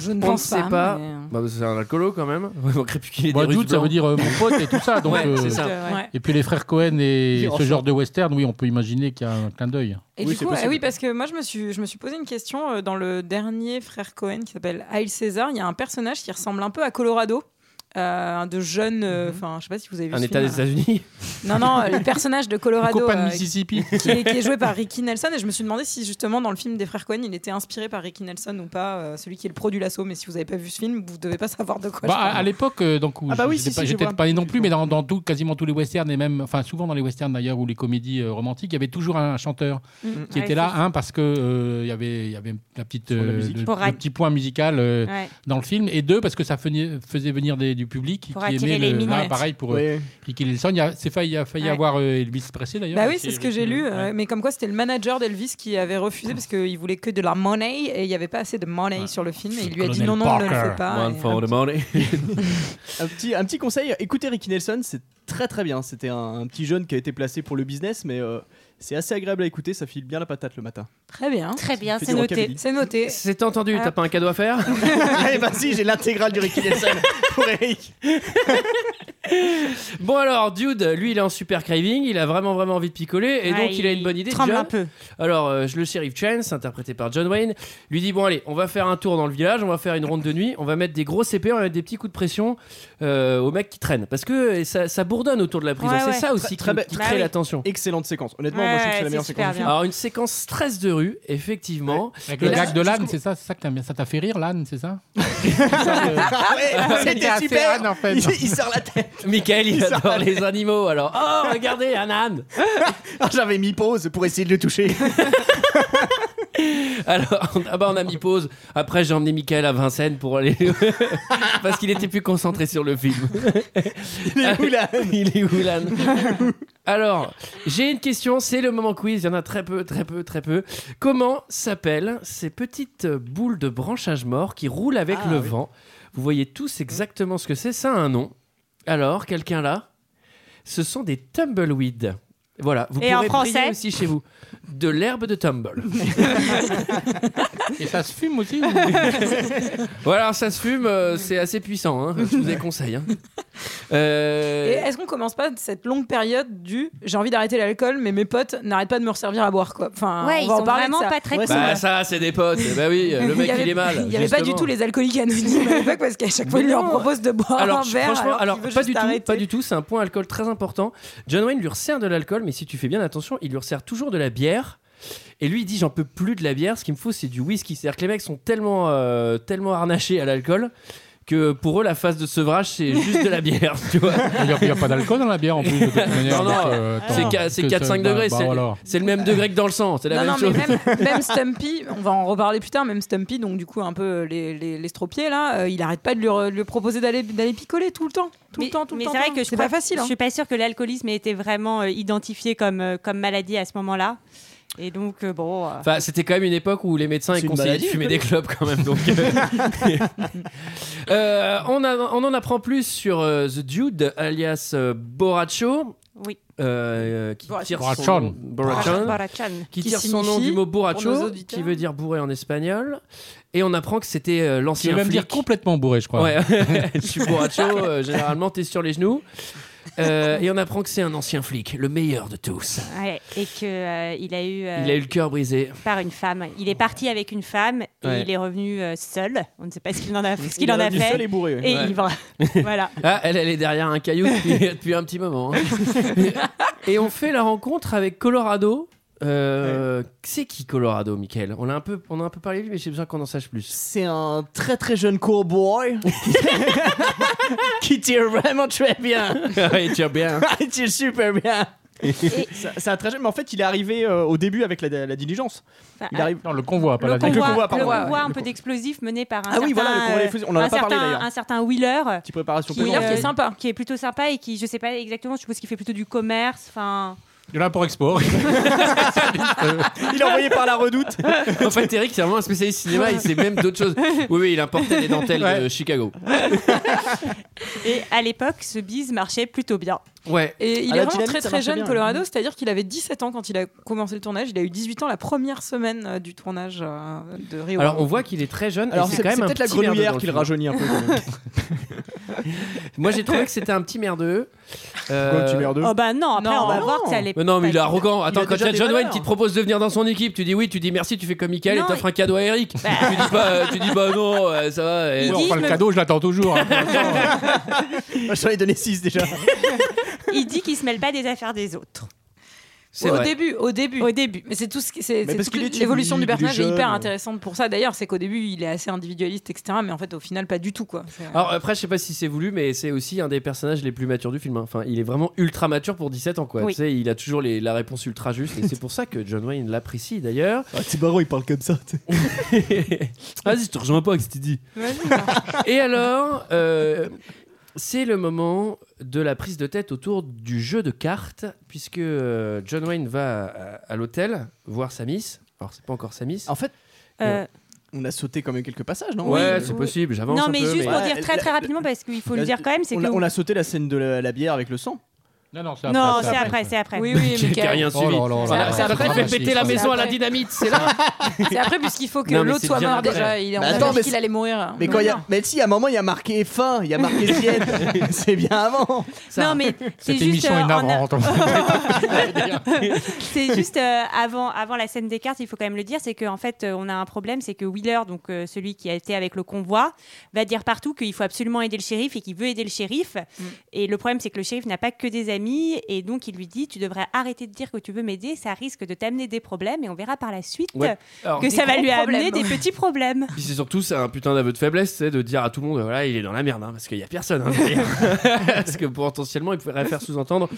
Je ne
On ne
pense
sait
pas,
pas.
mais-
Bah, c'est un alcoolo quand <laughs> même. Il manquerait plus qu'il ait
Bon,
des
Jude, ça veut dire euh, mon pote et tout ça. Donc,
Ouais,
euh,
c'est ça.
Ouais.
Et puis les frères Cohen et
Oui,
ce
enfin.
genre de western, oui, on peut imaginer qu'il y a un clin d'œil.
Et du coup, ah oui, parce que moi, je me suis, je me suis posé une question euh, dans le dernier frère Cohen qui s'appelle Hail César. Il y a un personnage qui ressemble un peu à Colorado, euh, un de jeunes. Enfin, je sais pas si vous avez vu.
Mhm. Un
ce
État
film,
des
euh.
États-Unis
Non, non, le
<laughs>
personnage de Colorado.
Le copain de
euh, <laughs>
Mississippi.
qui, est, qui est joué par Ricky Nelson. Et je me suis demandé si justement dans le film des frères Cohen, il était inspiré par Ricky Nelson ou pas, euh, celui qui est le pro du lasso. Mais si vous n'avez pas vu ce film, vous devez pas savoir de quoi
Bah,
je
à
parle.
à l'époque, euh, donc, où
Ah bah
je-
oui,
j'étais
si,
pas-
si, je
j'étais
vois.
pas né non plus, mais dans, dans tout, quasiment tous les westerns et même, enfin, souvent dans les westerns d'ailleurs ou les comédies euh, romantiques, il y avait toujours un chanteur
Mhm.
qui
Ouais,
était là,
c'est
hein, parce que euh, il y avait, il y avait la petite, euh,
musique.
le,
Pour
le
att-
petit point musical euh,
Ouais.
dans le film, et deux parce que ça feni- faisait venir des- du public
Pour
qui
attirer
aimait
les
le,
minettes.
ah, pareil pour euh,
Ouais.
Ricky Nelson. Il y a, c'est failli, il a failli
Ouais.
avoir euh, Elvis Presley d'ailleurs.
Bah oui,
qui
c'est ce
est-
que j'ai lu, euh, mais comme quoi c'était le manager d'Elvis qui avait refusé parce qu'il voulait que de la money et il n'y avait pas assez de money sur le film et il lui a dit non, non, on ne le fait pas.
One
Et-
for the money.
un, petit, un petit conseil, écoutez Ricky Nelson, c'est très très bien. C'était un, un petit jeune qui a été placé pour le business, mais euh, c'est assez agréable à écouter, ça file bien la patate le matin.
Très bien.
Très bien,
Fait c'est du noté. rockabilly.
C'est noté.
C'est entendu,
Ah.
t'as pas un cadeau à faire
<laughs> Allez, vas-y, j'ai l'intégrale du Ricky Nelson pour Eric.
Bon alors, Dude, lui, il est en super craving, il a vraiment vraiment envie de picoler, et
Ouais,
donc il a une bonne idée.
tremble
John.
un peu.
Alors, euh, le shérif Chance, interprété par John Wayne, lui dit bon allez, on va faire un tour dans le village, on va faire une ronde de nuit, on va mettre des gros CP, on va mettre des petits coups de pression euh, aux mecs qui traînent, parce que euh, ça, ça bourdonne autour de la prison.
Ouais,
c'est
ouais.
ça aussi qui,
Très- très belle-
qui
Bah
crée
oui.
la tension.
Excellente séquence. Honnêtement, moi, je trouve que c'est la meilleure séquence. du film.
Alors une séquence stress de rue, effectivement.
Avec
Et
le
là,
gag de l'âne, c'est ça, c'est ça que t'aimes bien. Ça t'a fait rire, l'âne, c'est ça
Ah ouais,
C'était
c'était
assez
super.
âne, en fait.
Il, il sort la tête.
Michael, il,
<laughs> Il s'en
adore
allait.
les animaux. Alors, oh, regardez, un âne.
Ah, J'avais mis pause pour essayer de le <laughs> toucher.
Alors, on- ah bah, on a mis pause. Après, j'ai emmené Michael à Vincennes pour aller. <laughs> Parce qu'il était plus concentré sur le film.
Il est où l'âne
<laughs> Il est où l'âne Alors, j'ai une question. C'est le moment quiz. Il y en a très peu, très peu, très peu. Comment s'appellent ces petites boules de branchage mort qui roulent avec
Ah,
le
oui.
vent Vous voyez tous exactement ce que c'est. Ça a un nom. Alors, quelqu'un là Ce sont des tumbleweeds. Voilà, vous
Et en
pourrez briller
français
aussi chez vous. De l'herbe de tumble.
Et ça se fume aussi
<laughs> Voilà, ça se fume, euh, c'est assez puissant, hein, je vous les conseille. hein. Euh,
<laughs> Et est-ce qu'on commence pas cette longue période du j'ai envie d'arrêter l'alcool, mais mes potes n'arrêtent pas de me resservir à boire quoi. Enfin,
Ouais,
on
ils
va en
sont
parler de
vraiment
ça.
pas très
bah, ça, c'est
<laughs>
des potes. Bah oui, le
Il
mec,
y avait-
il est mal.
<laughs> Il n'y avait pas du
justement.
tout les alcooliques anonymes à l'époque parce qu'à chaque fois,
Mais
il leur
non.
propose de boire
alors,
un
je-
verre.
Franchement,
alors
alors,
qu'il veut
pas,
juste
du tout,
arrêter.
pas du tout, c'est un point alcool très important. John Wayne lui resserre de l'alcool, mais si tu fais bien attention, il lui resserre toujours de la bière. Et lui, il dit J'en peux plus de la bière, ce qu'il me faut, c'est du whisky. C'est-à-dire que les mecs sont tellement, euh, tellement harnachés à l'alcool que pour eux, la phase de
<laughs>
sevrage, c'est juste de la bière. Tu vois
Ah.
Il n'y a, pas d'alcool dans la bière en plus. De toute manière,
non, non,
donc, euh,
c'est
attends,
qua- c'est
que
4-5
ça-
degrés.
bah,
c'est
voilà.
c'est le même degré que dans le sang. C'est la
non,
même
non,
chose.
mais même,
<laughs>
même Stumpy, on va en reparler plus tard, même Stumpy, donc du coup un peu euh, les, les, l'estropié, là, euh, il arrête pas de lui, re- lui proposer d'aller, d'aller picoler tout le temps. Tout le temps, tout le
mais
temps.
c'est
tout
vrai
le
que
temps.
je
c'est
crois-
pas facile.
Je
hein.
suis pas sûre que l'alcoolisme ait été vraiment euh, identifié comme, euh, comme maladie à ce moment-là. Et donc, euh, bon. euh,
Enfin, c'était quand même une époque où les médecins
C'est
ils
une
conseillaient
maladie,
de fumer
le
des clopes quand même. Donc, euh, <laughs> euh, on, a- on en apprend plus sur euh, The Dude, alias euh, Borracho.
Oui.
Euh, qui
Borracho.
tire son-
Borrachon.
Borrachon.
Borrachon.
Qui
Qui
tire son nom
signifie,
du mot
pour nos
borracho,
auditeurs-
qui veut dire bourré en espagnol. Et on apprend que c'était euh,
Tu
l'ancien
veux même
flic.
dire complètement bourré, je crois.
Ouais, <laughs> je suis borracho, euh, généralement t'es sur les genoux. Euh, et on apprend que c'est un ancien flic, le meilleur de tous.
ouais, et qu'il a eu. euh,
Il a eu le cœur brisé.
par une femme. Il est parti avec une femme et
Ouais.
il est revenu euh, seul. On ne sait pas ce qu'il en a, ce
Il
qu'il
est
en a
revenu
fait.
seul et bourré, ouais. Ouais.
il va. voilà.
Ah, elle, elle est derrière un caillou <laughs> depuis, depuis un petit moment. hein. Et on fait la rencontre avec Colorado. Euh, C'est qui Colorado, Michael on a, un peu, on a un peu parlé de lui, mais j'ai besoin qu'on en sache <laughs> plus.
C'est un très très jeune cowboy <laughs> qui tire vraiment très bien. <laughs>
Il tire bien. hein.
il tire super bien. <laughs> Ça- C'est un très jeune, mais en fait, il est arrivé euh, au début avec la, la diligence.
Enfin,
Il arrive
Non, le convoi, pas
Le
la
convoi,
le convoi, pardon,
le
ouais,
convoi
ouais,
un
le
peu d'explosifs mené par un
Ah oui,
certain,
voilà, le convoi
euh,
d'explosifs, on en a
un
pas parlé,
certain-
d'ailleurs.
un certain Wheeler
Petite préparation
qui,
plaisante.
euh, qui est plutôt sympa et qui je sais pas exactement je suppose qu'il fait plutôt du commerce enfin
Il est là pour export.
Il est envoyé par la redoute.
En fait, Eric, c'est vraiment un spécialiste cinéma, il sait même d'autres choses. Oui, oui, il importait les dentelles de
Ouais.
Chicago.
et à l'époque ce bise marchait plutôt bien
Ouais.
Et il
À
est
la
vraiment
dynamite,
très
ça
très
marchait
jeune,
bien.
Colorado, c'est-à-dire qu'il avait 17 ans quand il a commencé le tournage, il a eu 18 ans la première semaine euh, du tournage euh, de Rio.
Alors, on voit qu'il est très jeune. et
Alors,
c'est
c'est
quand
c'est
même un
peut-être la
petit merdeux dans
grenouillère
le
qui le
film.
rajeunit un peu. quand <laughs> même.
Moi, j'ai trouvé que c'était un petit merdeux. Euh,
Pourquoi un petit merdeux
oh bah non après
Non,
on va
bah
voir que ça allait
Mais non, mais il est
pas-
arrogant. Attends,
a
quand
déjà
t'as
des
John Wayne
valeurs.
qui te propose de venir dans son équipe, tu dis oui, tu dis merci, tu fais comme Michael et
Non,
t'offres
il-
un cadeau à Eric.
Bah.
<laughs> Tu dis pas, tu dis bah non, euh, ça va. euh,
Il
non.
dit,
enfin,
je
le
me-
cadeau, je l'attends toujours. hein.
<laughs> J'en ai donné 6 déjà.
il dit qu'il se mêle pas des affaires des autres
C'est
au
vrai.
début, au début.
au début
Mais c'est tout ce qui, c'est,
Mais
c'est
parce
toute
qu'il est timide,
l'évolution
il
du
est
personnage est
jeune.
hyper intéressante pour ça. D'ailleurs, c'est qu'au début, il est assez individualiste, etc. Mais en fait, au final, pas du tout quoi. C'est-
Alors après, je sais pas si c'est voulu, mais c'est aussi un des personnages les plus matures du film. hein. Enfin, il est vraiment ultra mature pour 17 ans, quoi.
Oui.
Tu sais, il a toujours les- la réponse ultra juste, et c'est pour ça que John Wayne l'apprécie d'ailleurs.
<laughs> Ah, c'est marrant, il parle comme ça. tu sais.
Vas-y, je te rejoins pas avec ce que tu dis. Et alors, euh, c'est le moment de la prise de tête autour du jeu de cartes, puisque euh, John Wayne va à, à l'hôtel voir sa miss. Alors, c'est pas encore sa miss.
En fait,
Euh,
on a sauté quand même quelques passages, non
ouais,
oui,
c'est
oui.
possible, j'avance
non
un
mais
peu.
juste pour
Ouais,
dire très
la-
très rapidement parce qu'il faut le
la-
dire quand même c'est
on,
que
a, on a sauté la scène de la, la bière avec le sang.
Non, non, c'est après.
non c'est après c'est après
<laughs> Oui,
<laughs>
oui,
Qui a
Michael.
rien suivi.
Oh là là là
Voilà,
là
c'est
là.
après, il
C'est
fait
après.
péter la
C'est
maison à
après.
la dynamite, c'est là.
C'est après, puisqu'il faut que
Non, mais
l'autre
c'est
soit
bien
mort
après.
déjà. Il est
Mais
on a
attends,
dit
mais
qu'il
c'est-
allait mourir.
Mais, quand il y a... mais si, à un moment, il y a marqué F1, il y a
<laughs>
marqué Sienne. c'est bien avant.
non mais c'est
Cette
juste,
émission
euh,
est
en-
navrante. en
<laughs>
C'est juste euh, avant, avant la scène des cartes, il faut quand même le dire, c'est qu'en fait, euh, on a un problème, c'est que Wheeler, donc euh, celui qui a été avec le convoi, va dire partout qu'il faut absolument aider le shérif et qu'il veut aider le shérif.
Mm.
Et le problème, c'est que le shérif n'a pas que des amis, et donc il lui dit, tu devrais arrêter de dire que tu veux m'aider, ça risque de t'amener des problèmes, et on verra par la suite
Ouais. Alors,
que ça va
gros
lui amener
problèmes.
<laughs>
des petits problèmes.
Puis c'est surtout c'est un putain d'aveu de faiblesse, c'est de dire à tout le monde voilà il est dans la merde hein, parce qu'il y a personne. hein,
<laughs>
derrière. parce que potentiellement il pourrait faire sous-entendre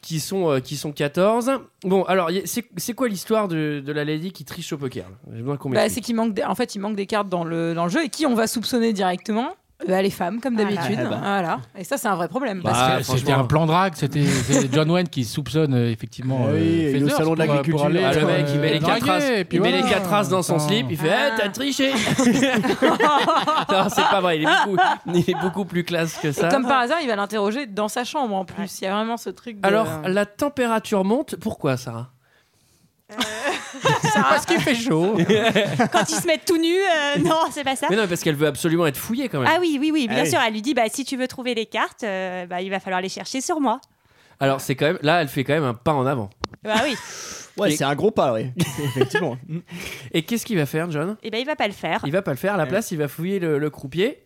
qu'ils sont euh, qu'ils sont 14. Bon alors y- c'est c'est quoi l'histoire de, de la lady qui triche au poker là J'ai besoin qu'on
Bah, c'est
m'explique.
qu'il manque des... en fait il manque des cartes dans le, dans le jeu et qui on va soupçonner directement Bah, les femmes comme
Ah,
d'habitude
ah, bah.
voilà et ça c'est un vrai problème
Bah,
parce que-
Ah,
C'était
franchement.
un plan drague, c'était c'est John Wayne qui soupçonne euh, effectivement.
Ah oui, il est au
Feathers
salon
pour,
de
euh,
l'agriculture.
pour aller,
Ah, le mec il
euh,
met les
draguer,
quatre as,
et puis
il met les
voilà.
quatre as dans son
Attends.
slip, il fait
Ah.
Eh, t'as triché. <laughs> non c'est pas vrai, il est beaucoup il est beaucoup plus classe que
et
ça.
comme par hasard il va l'interroger dans sa chambre en plus il y a vraiment ce truc de... Euh.
<laughs> Alors la température monte, pourquoi Sarah
Parce qu'il fait chaud.
Quand ils se mettent tout nus,
<laughs>
euh, non, c'est pas ça.
Mais non, mais parce qu'elle veut absolument être fouillée quand même.
Ah oui, oui, oui, bien
Ah oui.
sûr. Elle lui dit, bah, si tu veux trouver les cartes, euh, bah, il va falloir les chercher sur moi.
Alors c'est quand même là, elle fait quand même un pas en avant.
Bah oui.
Ouais, c'est un gros pas, oui. <laughs> Effectivement.
Et qu'est-ce qu'il va faire, John
Et ben il va pas le faire.
Il va pas le
Euh.
faire. À la place, il va fouiller le, le croupier.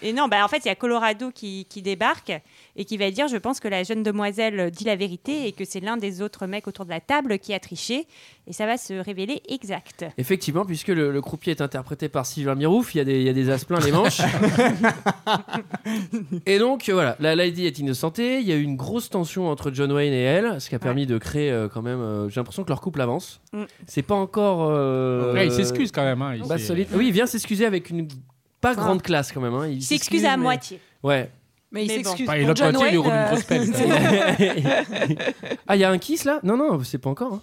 Et non, bah en fait, il y a Colorado qui, qui débarque et qui va dire Je pense que la jeune demoiselle dit la vérité et que c'est l'un des autres mecs autour de la table qui a triché. Et ça va se révéler exact.
Effectivement, puisque le, le croupier est interprété par Sylvain Mirouf, il y a des, il y a des as plein
<laughs>
les manches. et donc euh, voilà, la lady est innocentée. Il y a eu une grosse tension entre John Wayne et elle, ce qui a permis de créer euh, quand même. euh, J'ai l'impression que leur couple avance.
Mm.
C'est pas encore. euh,
Ouais, il s'excuse quand même, hein, il
bah,
s'est-
solide. Oui, il vient s'excuser avec une pas grande classe quand même. hein.
Il s'excuse à
mais-
moitié.
Ouais.
Mais il
Mais bon.
s'excuse.
Enfin, et
pour
l'autre
John
moitié, il lui
Wayne,
roule une
euh,
grosse
<laughs>
pelle.
<laughs> ah, il y a un kiss là Non, non, c'est pas encore. hein.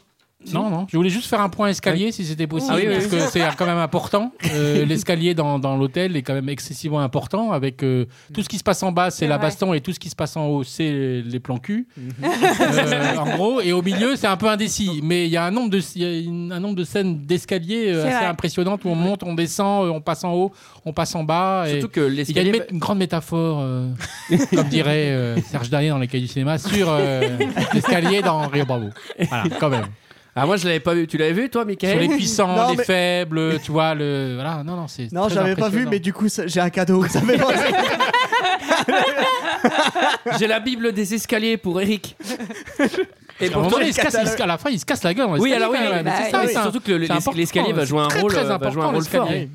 Non, non, je voulais juste faire un point escalier si c'était possible,
Ah oui, oui,
parce
oui.
que c'est quand même important. Euh, L'escalier dans, dans l'hôtel est quand même excessivement important, avec euh, tout ce qui se passe en bas, c'est
C'est
la
vrai.
baston, et tout ce qui se passe en haut, c'est les plans cul. Euh, en gros, et au milieu, c'est un peu indécis, mais il y a un nombre de, il y a une- un nombre de scènes d'escalier euh,
C'est
assez
vrai.
impressionnantes où on monte, on descend, euh, on passe en haut, on passe en bas. et-
Surtout que
il y a une,
l'escalier.
mé- une grande métaphore,
<laughs>
euh, comme dirait euh, Serge Darien dans Les Cahiers du Cinéma, sur euh, l'escalier dans Rio Bravo. Voilà, quand même.
Ah, moi je l'avais pas vu. Tu l'avais vu toi,
Sur
<laughs>
les
Michael
puissants,
Non,
les
mais-
faibles, tu vois, le. Voilà, non, non, c'est.
Non,
très
j'avais pas vu,
impressionnant.
mais du coup, ça- j'ai un cadeau. Ça fait penser.
J'ai la Bible des escaliers pour Eric. Et
À un moment
pourtant,
donné, il se casse- il se- à la fin, il se casse la gueule. dans
Oui,
l'escalier,
alors oui,
quand même.
mais
C'est
c'est
ça,
oui,
c'est un-
surtout que le-
c'est
l'escalier
important,
va jouer un
c'est
rôle,
Très, très
euh, va jouer un
important,
rôle fort.
l'escalier.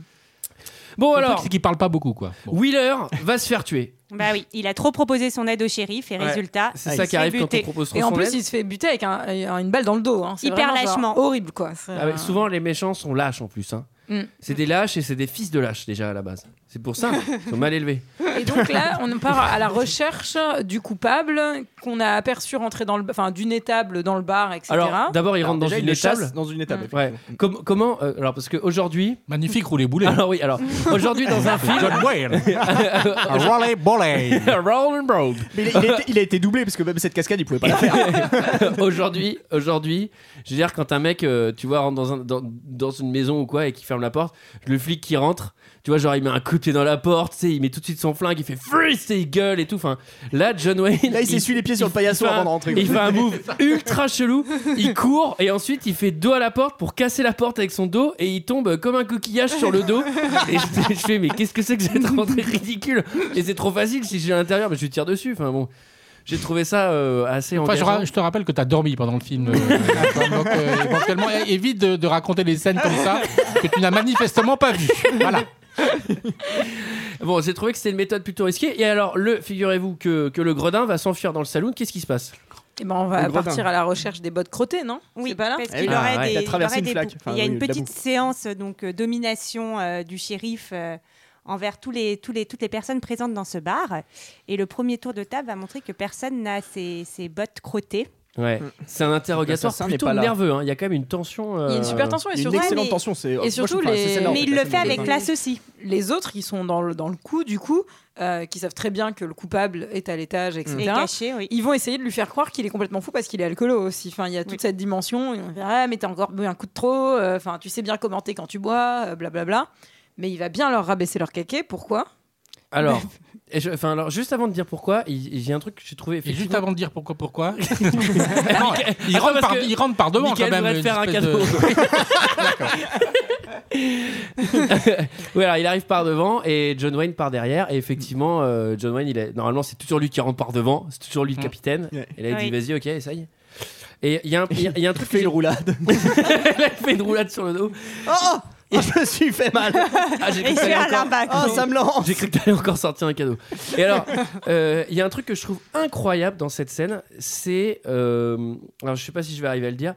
Bon,
Le truc,
alors,
c'est qu'il parle pas beaucoup, quoi. Bon.
Wheeler va se faire tuer.
Bah oui, il a trop proposé son aide au shérif et
Ouais.
résultat, il
C'est ça
se fait
qui arrive quand on
buter.
propose trop
Et en
son
plus,
aide.
il se fait buter avec un- euh, une balle dans le dos. hein. C'est
Hyper
vraiment, genre,
lâchement.
Horrible, quoi. C'est,
Ah ouais,
euh,
souvent, les méchants sont lâches en plus. hein.
Mm.
C'est des lâches et c'est des fils de lâches déjà à la base. C'est pour ça, ils sont mal élevés.
Et donc là, on part à la recherche du coupable qu'on a aperçu rentrer dans le, enfin, d'une étable dans le bar, etc.
Alors, d'abord, ils
Alors,
rentrent dans
déjà, il
une
le chasse
étable.
Dans une
Mm.
étable.
Ouais. Com- comment euh, Alors,
<laughs>
parce qu'aujourd'hui.
Magnifique roulé boulet.
Alors, oui, alors. Aujourd'hui, dans un film.
John
<laughs>
Wayne. Un roulé boulet.
Roll and roll.
Mais il, il a été, il a été doublé parce que même cette cascade, il pouvait pas la faire.
<laughs> aujourd'hui, aujourd'hui, je veux dire, quand un mec, euh, tu vois, rentre dans, un- dans, dans une maison ou quoi et qui ferme la porte, le flic qui rentre, tu vois, genre il met un coup de pied dans la porte, tu sais, il met tout de suite son flingue, il fait freeze, tu sais, il gueule et tout. Enfin, là, John Wayne.
Là, il s'essuie les pieds sur le paillasson
il fait un-
avant de rentrer.
Il fait un
<laughs>
move ultra chelou, il court et ensuite il fait dos à la porte pour casser la porte avec son dos et il tombe comme un coquillage sur le dos. Et je, je fais, mais qu'est-ce que c'est que cette rentrée ridicule Et c'est trop facile, si j'ai à l'intérieur, mais je lui tire dessus. Enfin bon, j'ai trouvé ça euh, assez
Enfin, je,
engageant.
ra- je te rappelle que t'as dormi pendant le
<laughs>
film. euh, donc, euh, éventuellement, é- évite de, de raconter des scènes comme
<laughs>
ça que tu n'as manifestement pas vues. Voilà.
Bon, j'ai trouvé que c'était une méthode plutôt risquée. Et alors, le, figurez-vous que, que le gredin va s'enfuir dans le saloon. Qu'est-ce qui se passe
Eh ben, on
Le
va
gredin.
partir à la recherche des bottes crottées, non
Oui,
C'est pas là
parce
Ah
qu'il
oui.
aurait
Ah ouais.
des,
Il
a
il
traversé
aurait
une
des
flaque.
pou-
Enfin,
il y a
oui,
une
de la
petite séance euh, donc euh, domination euh, du shérif euh, envers tous les, tous les, toutes les personnes présentes dans ce bar. Et le premier tour de table va montrer que personne n'a ses, ses bottes crottées.
Ouais.
Mm.
C'est un interrogatoire
L'assassin n'est
plutôt
pas là.
nerveux. hein. Il y a quand même une tension.
Il y a
euh,
une super tension et
Il y a ben, une
surtout,
excellente
mais-
tension. c'est- moi, je
surtout
trouve- enfin,
les-
c'est celle-là, en
Mais
fait,
il
la
le
scène
fait
de
avec
fin.
classe aussi.
les autres qui sont dans le, dans le coup, du coup, euh, qui savent très bien que le coupable est à l'étage,
Et
etc.
caché, oui.
Ils vont essayer de lui faire croire qu'il est complètement fou parce qu'il est alcoolo aussi. Enfin, il y a toute
Oui.
cette dimension. Ils vont dire ah mais t'as encore bu un coup de trop. euh, Enfin, tu sais bien commenter quand tu bois. euh, Blablabla. Mais il va bien leur rabaisser leur caquet. Pourquoi
Alors, et je- enfin, alors, juste avant de dire pourquoi, il, il y a un truc que j'ai trouvé.
Et juste
effectivement-
avant de dire pourquoi,
<laughs>
pourquoi. Non, il,
Attends,
rentre
parce
par,
que
il rentre par devant
Michael
quand même.
voudrait te
une
faire un
espèce de-
cadeau. <laughs> ouais, alors, il arrive par devant et John Wayne par derrière. Et effectivement, euh, John Wayne, il est... normalement, c'est toujours lui qui rentre par devant. C'est toujours lui le
Mm.
capitaine.
Ouais.
Et là, il dit
Oui.
vas-y, ok, essaye. Et il y a un, il y a- il y a un
Il
truc.
fait une roulade.
il a <laughs> fait une roulade sur le dos.
Oh, oh, oh,
<laughs>
je me suis fait mal.
Ah, j'ai
Et je vais
cru que t'allais
à
encore-
l'arbac.
Oh, ça me
<laughs>
lance.
J'ai cru que t'allais encore sortir un cadeau.
<laughs>
Et alors, euh, il y a un truc que je trouve incroyable dans cette scène, c'est. euh, alors, je sais pas si je vais arriver à le dire.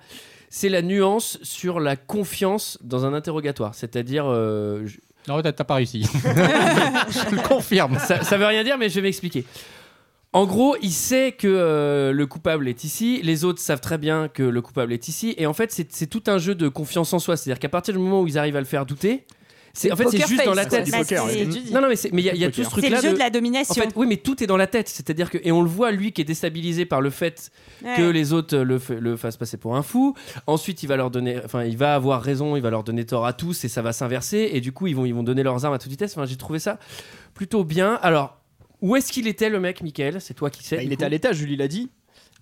C'est la nuance sur la confiance dans un interrogatoire. C'est-à-dire. euh, je-
Non, t'as t'as pas
<laughs>
réussi. je le confirme.
ça, ça veut rien dire, mais je vais m'expliquer. En gros, il sait que euh, le coupable est ici, les autres savent très bien que le coupable est ici, et en fait, c'est c'est tout un jeu de confiance en soi. C'est-à-dire qu'à partir du moment où ils arrivent à le faire douter, C'est en fait c'est
Poker
juste
face,
dans la
quoi.
tête.
Bah, c'est- c'est ce que tu dis.
Non non mais c'est- mais il y a, il y a
Poker.
tout ce
C'est le
truc là.
jeu de la domination.
En fait, oui mais tout est dans la tête. C'est-à-dire que et on le voit lui qui est déstabilisé par le fait
Ouais.
que les autres le, f- le fassent passer pour un fou. Ensuite il va leur donner, enfin il va avoir raison, il va leur donner tort à tous et ça va s'inverser et du coup ils vont ils vont donner leurs armes à toute vitesse. Enfin j'ai trouvé ça plutôt bien. Alors où est-ce qu'il était le mec, Michael C'est toi qui sais.
Bah,
du
il
coup.
était à l'étage, Julie l'a dit.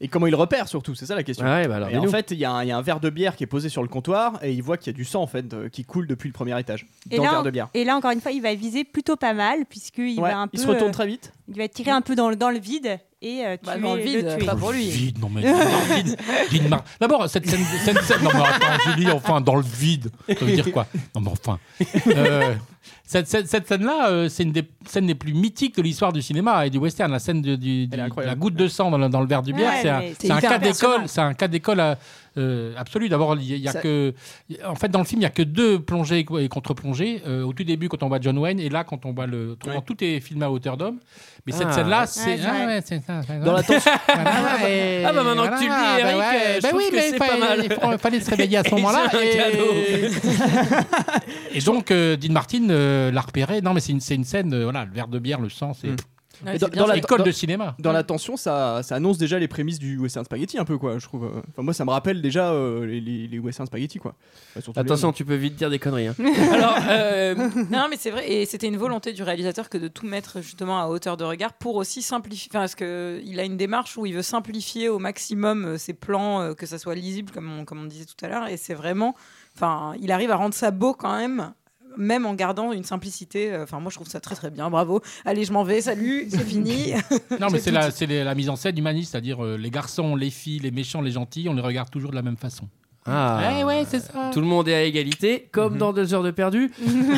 Et comment il repère surtout, c'est ça la question.
Ah ouais, bah alors,
et en
dis-nous.
fait, il y, a un il y a un verre de bière qui est posé sur le comptoir et il voit qu'il y a du sang en fait euh, qui coule depuis le premier étage
Et
dans le
là,
verre de bière.
et là, encore une fois, il va viser plutôt pas mal, puisqu'il
Ouais,
va un peu.
il se retourne
euh,
très vite.
Il va tirer un peu dans le, dans le vide et euh,
Bah,
tuer-
dans le vide,
tuer.
pas pour lui.
Vide, non mais. dans
<laughs>
le vide. Vide, mar- D'abord, cette scène, cette scène- Non mais attends, Julie, enfin, dans le vide. Ça veut dire quoi Non mais enfin. Euh, cette cette- cette scène-là, euh, c'est une des scènes les plus mythiques de l'histoire du cinéma et du western. La scène de, du- du- de la goutte de sang dans le, dans le verre du bière,
Ouais,
c'est un,
mais
c'est un
c'est
cas
hyper
d'école.
impressionnant.
C'est un cas d'école euh, euh, absolu. D'abord, il y a- il y a
Ça-
que. En fait, dans le film, il y a que deux plongées et contre-plongées. Euh, au tout début, quand on voit John Wayne, et là, quand on voit le. Tout est filmé à hauteur d'homme. Mais cette
Ah.
scène-là,
Ouais,
c'est.
c'est
ah
vrai.
ouais, c'est ça, c'est Ah,
Dans
<laughs>
la tension.
Voilà, et-
Ah bah maintenant que tu le dis,
voilà,
Eric,
bah
euh, je
bah
trouve
oui,
que
mais
c'est
fa-
pas mal.
<laughs> Il fa- fallait se réveiller
<laughs>
à ce
Et
moment-là.
j'ai un
Et... et donc, euh, Dean Martin euh, l'a repéré. Non, mais c'est une, c'est une scène, euh, voilà, le verre de bière, le sang, c'est.
Et
Mm. dans, dans l'école de cinéma.
Dans la tension, ça, ça annonce déjà les prémices du western spaghetti un peu quoi. Je trouve. euh. Enfin moi, ça me rappelle déjà euh, les, les- les western spaghetti quoi. Enfin, surtout les-
Attention, tu peux vite dire des conneries. hein. Alors, euh,
Non, mais c'est vrai, et c'était une volonté du réalisateur que de tout mettre justement à hauteur de regard pour aussi simplifier. Enfin, parce qu'il a une démarche où il veut simplifier au maximum euh, ses plans, euh, que ça soit lisible, comme on, comme on disait tout à l'heure, et c'est vraiment. Enfin, il arrive à rendre ça beau quand même. Même en gardant une simplicité, Euh, enfin moi je trouve ça très très bien, bravo. Allez, je m'en vais,
<laughs>
salut, c'est fini. Hein.
Non, mais
J'ai
c'est
tout
la,
dit.
c'est les- la mise en scène humaniste, c'est-à-dire euh, les garçons, les filles, les méchants, les gentils, on les regarde toujours de la même façon.
euh,
Ah.
Ouais, ouais, c'est ça. Mm-hmm.
Tout le monde est à égalité, comme dans deux heures
<laughs>
de perdu.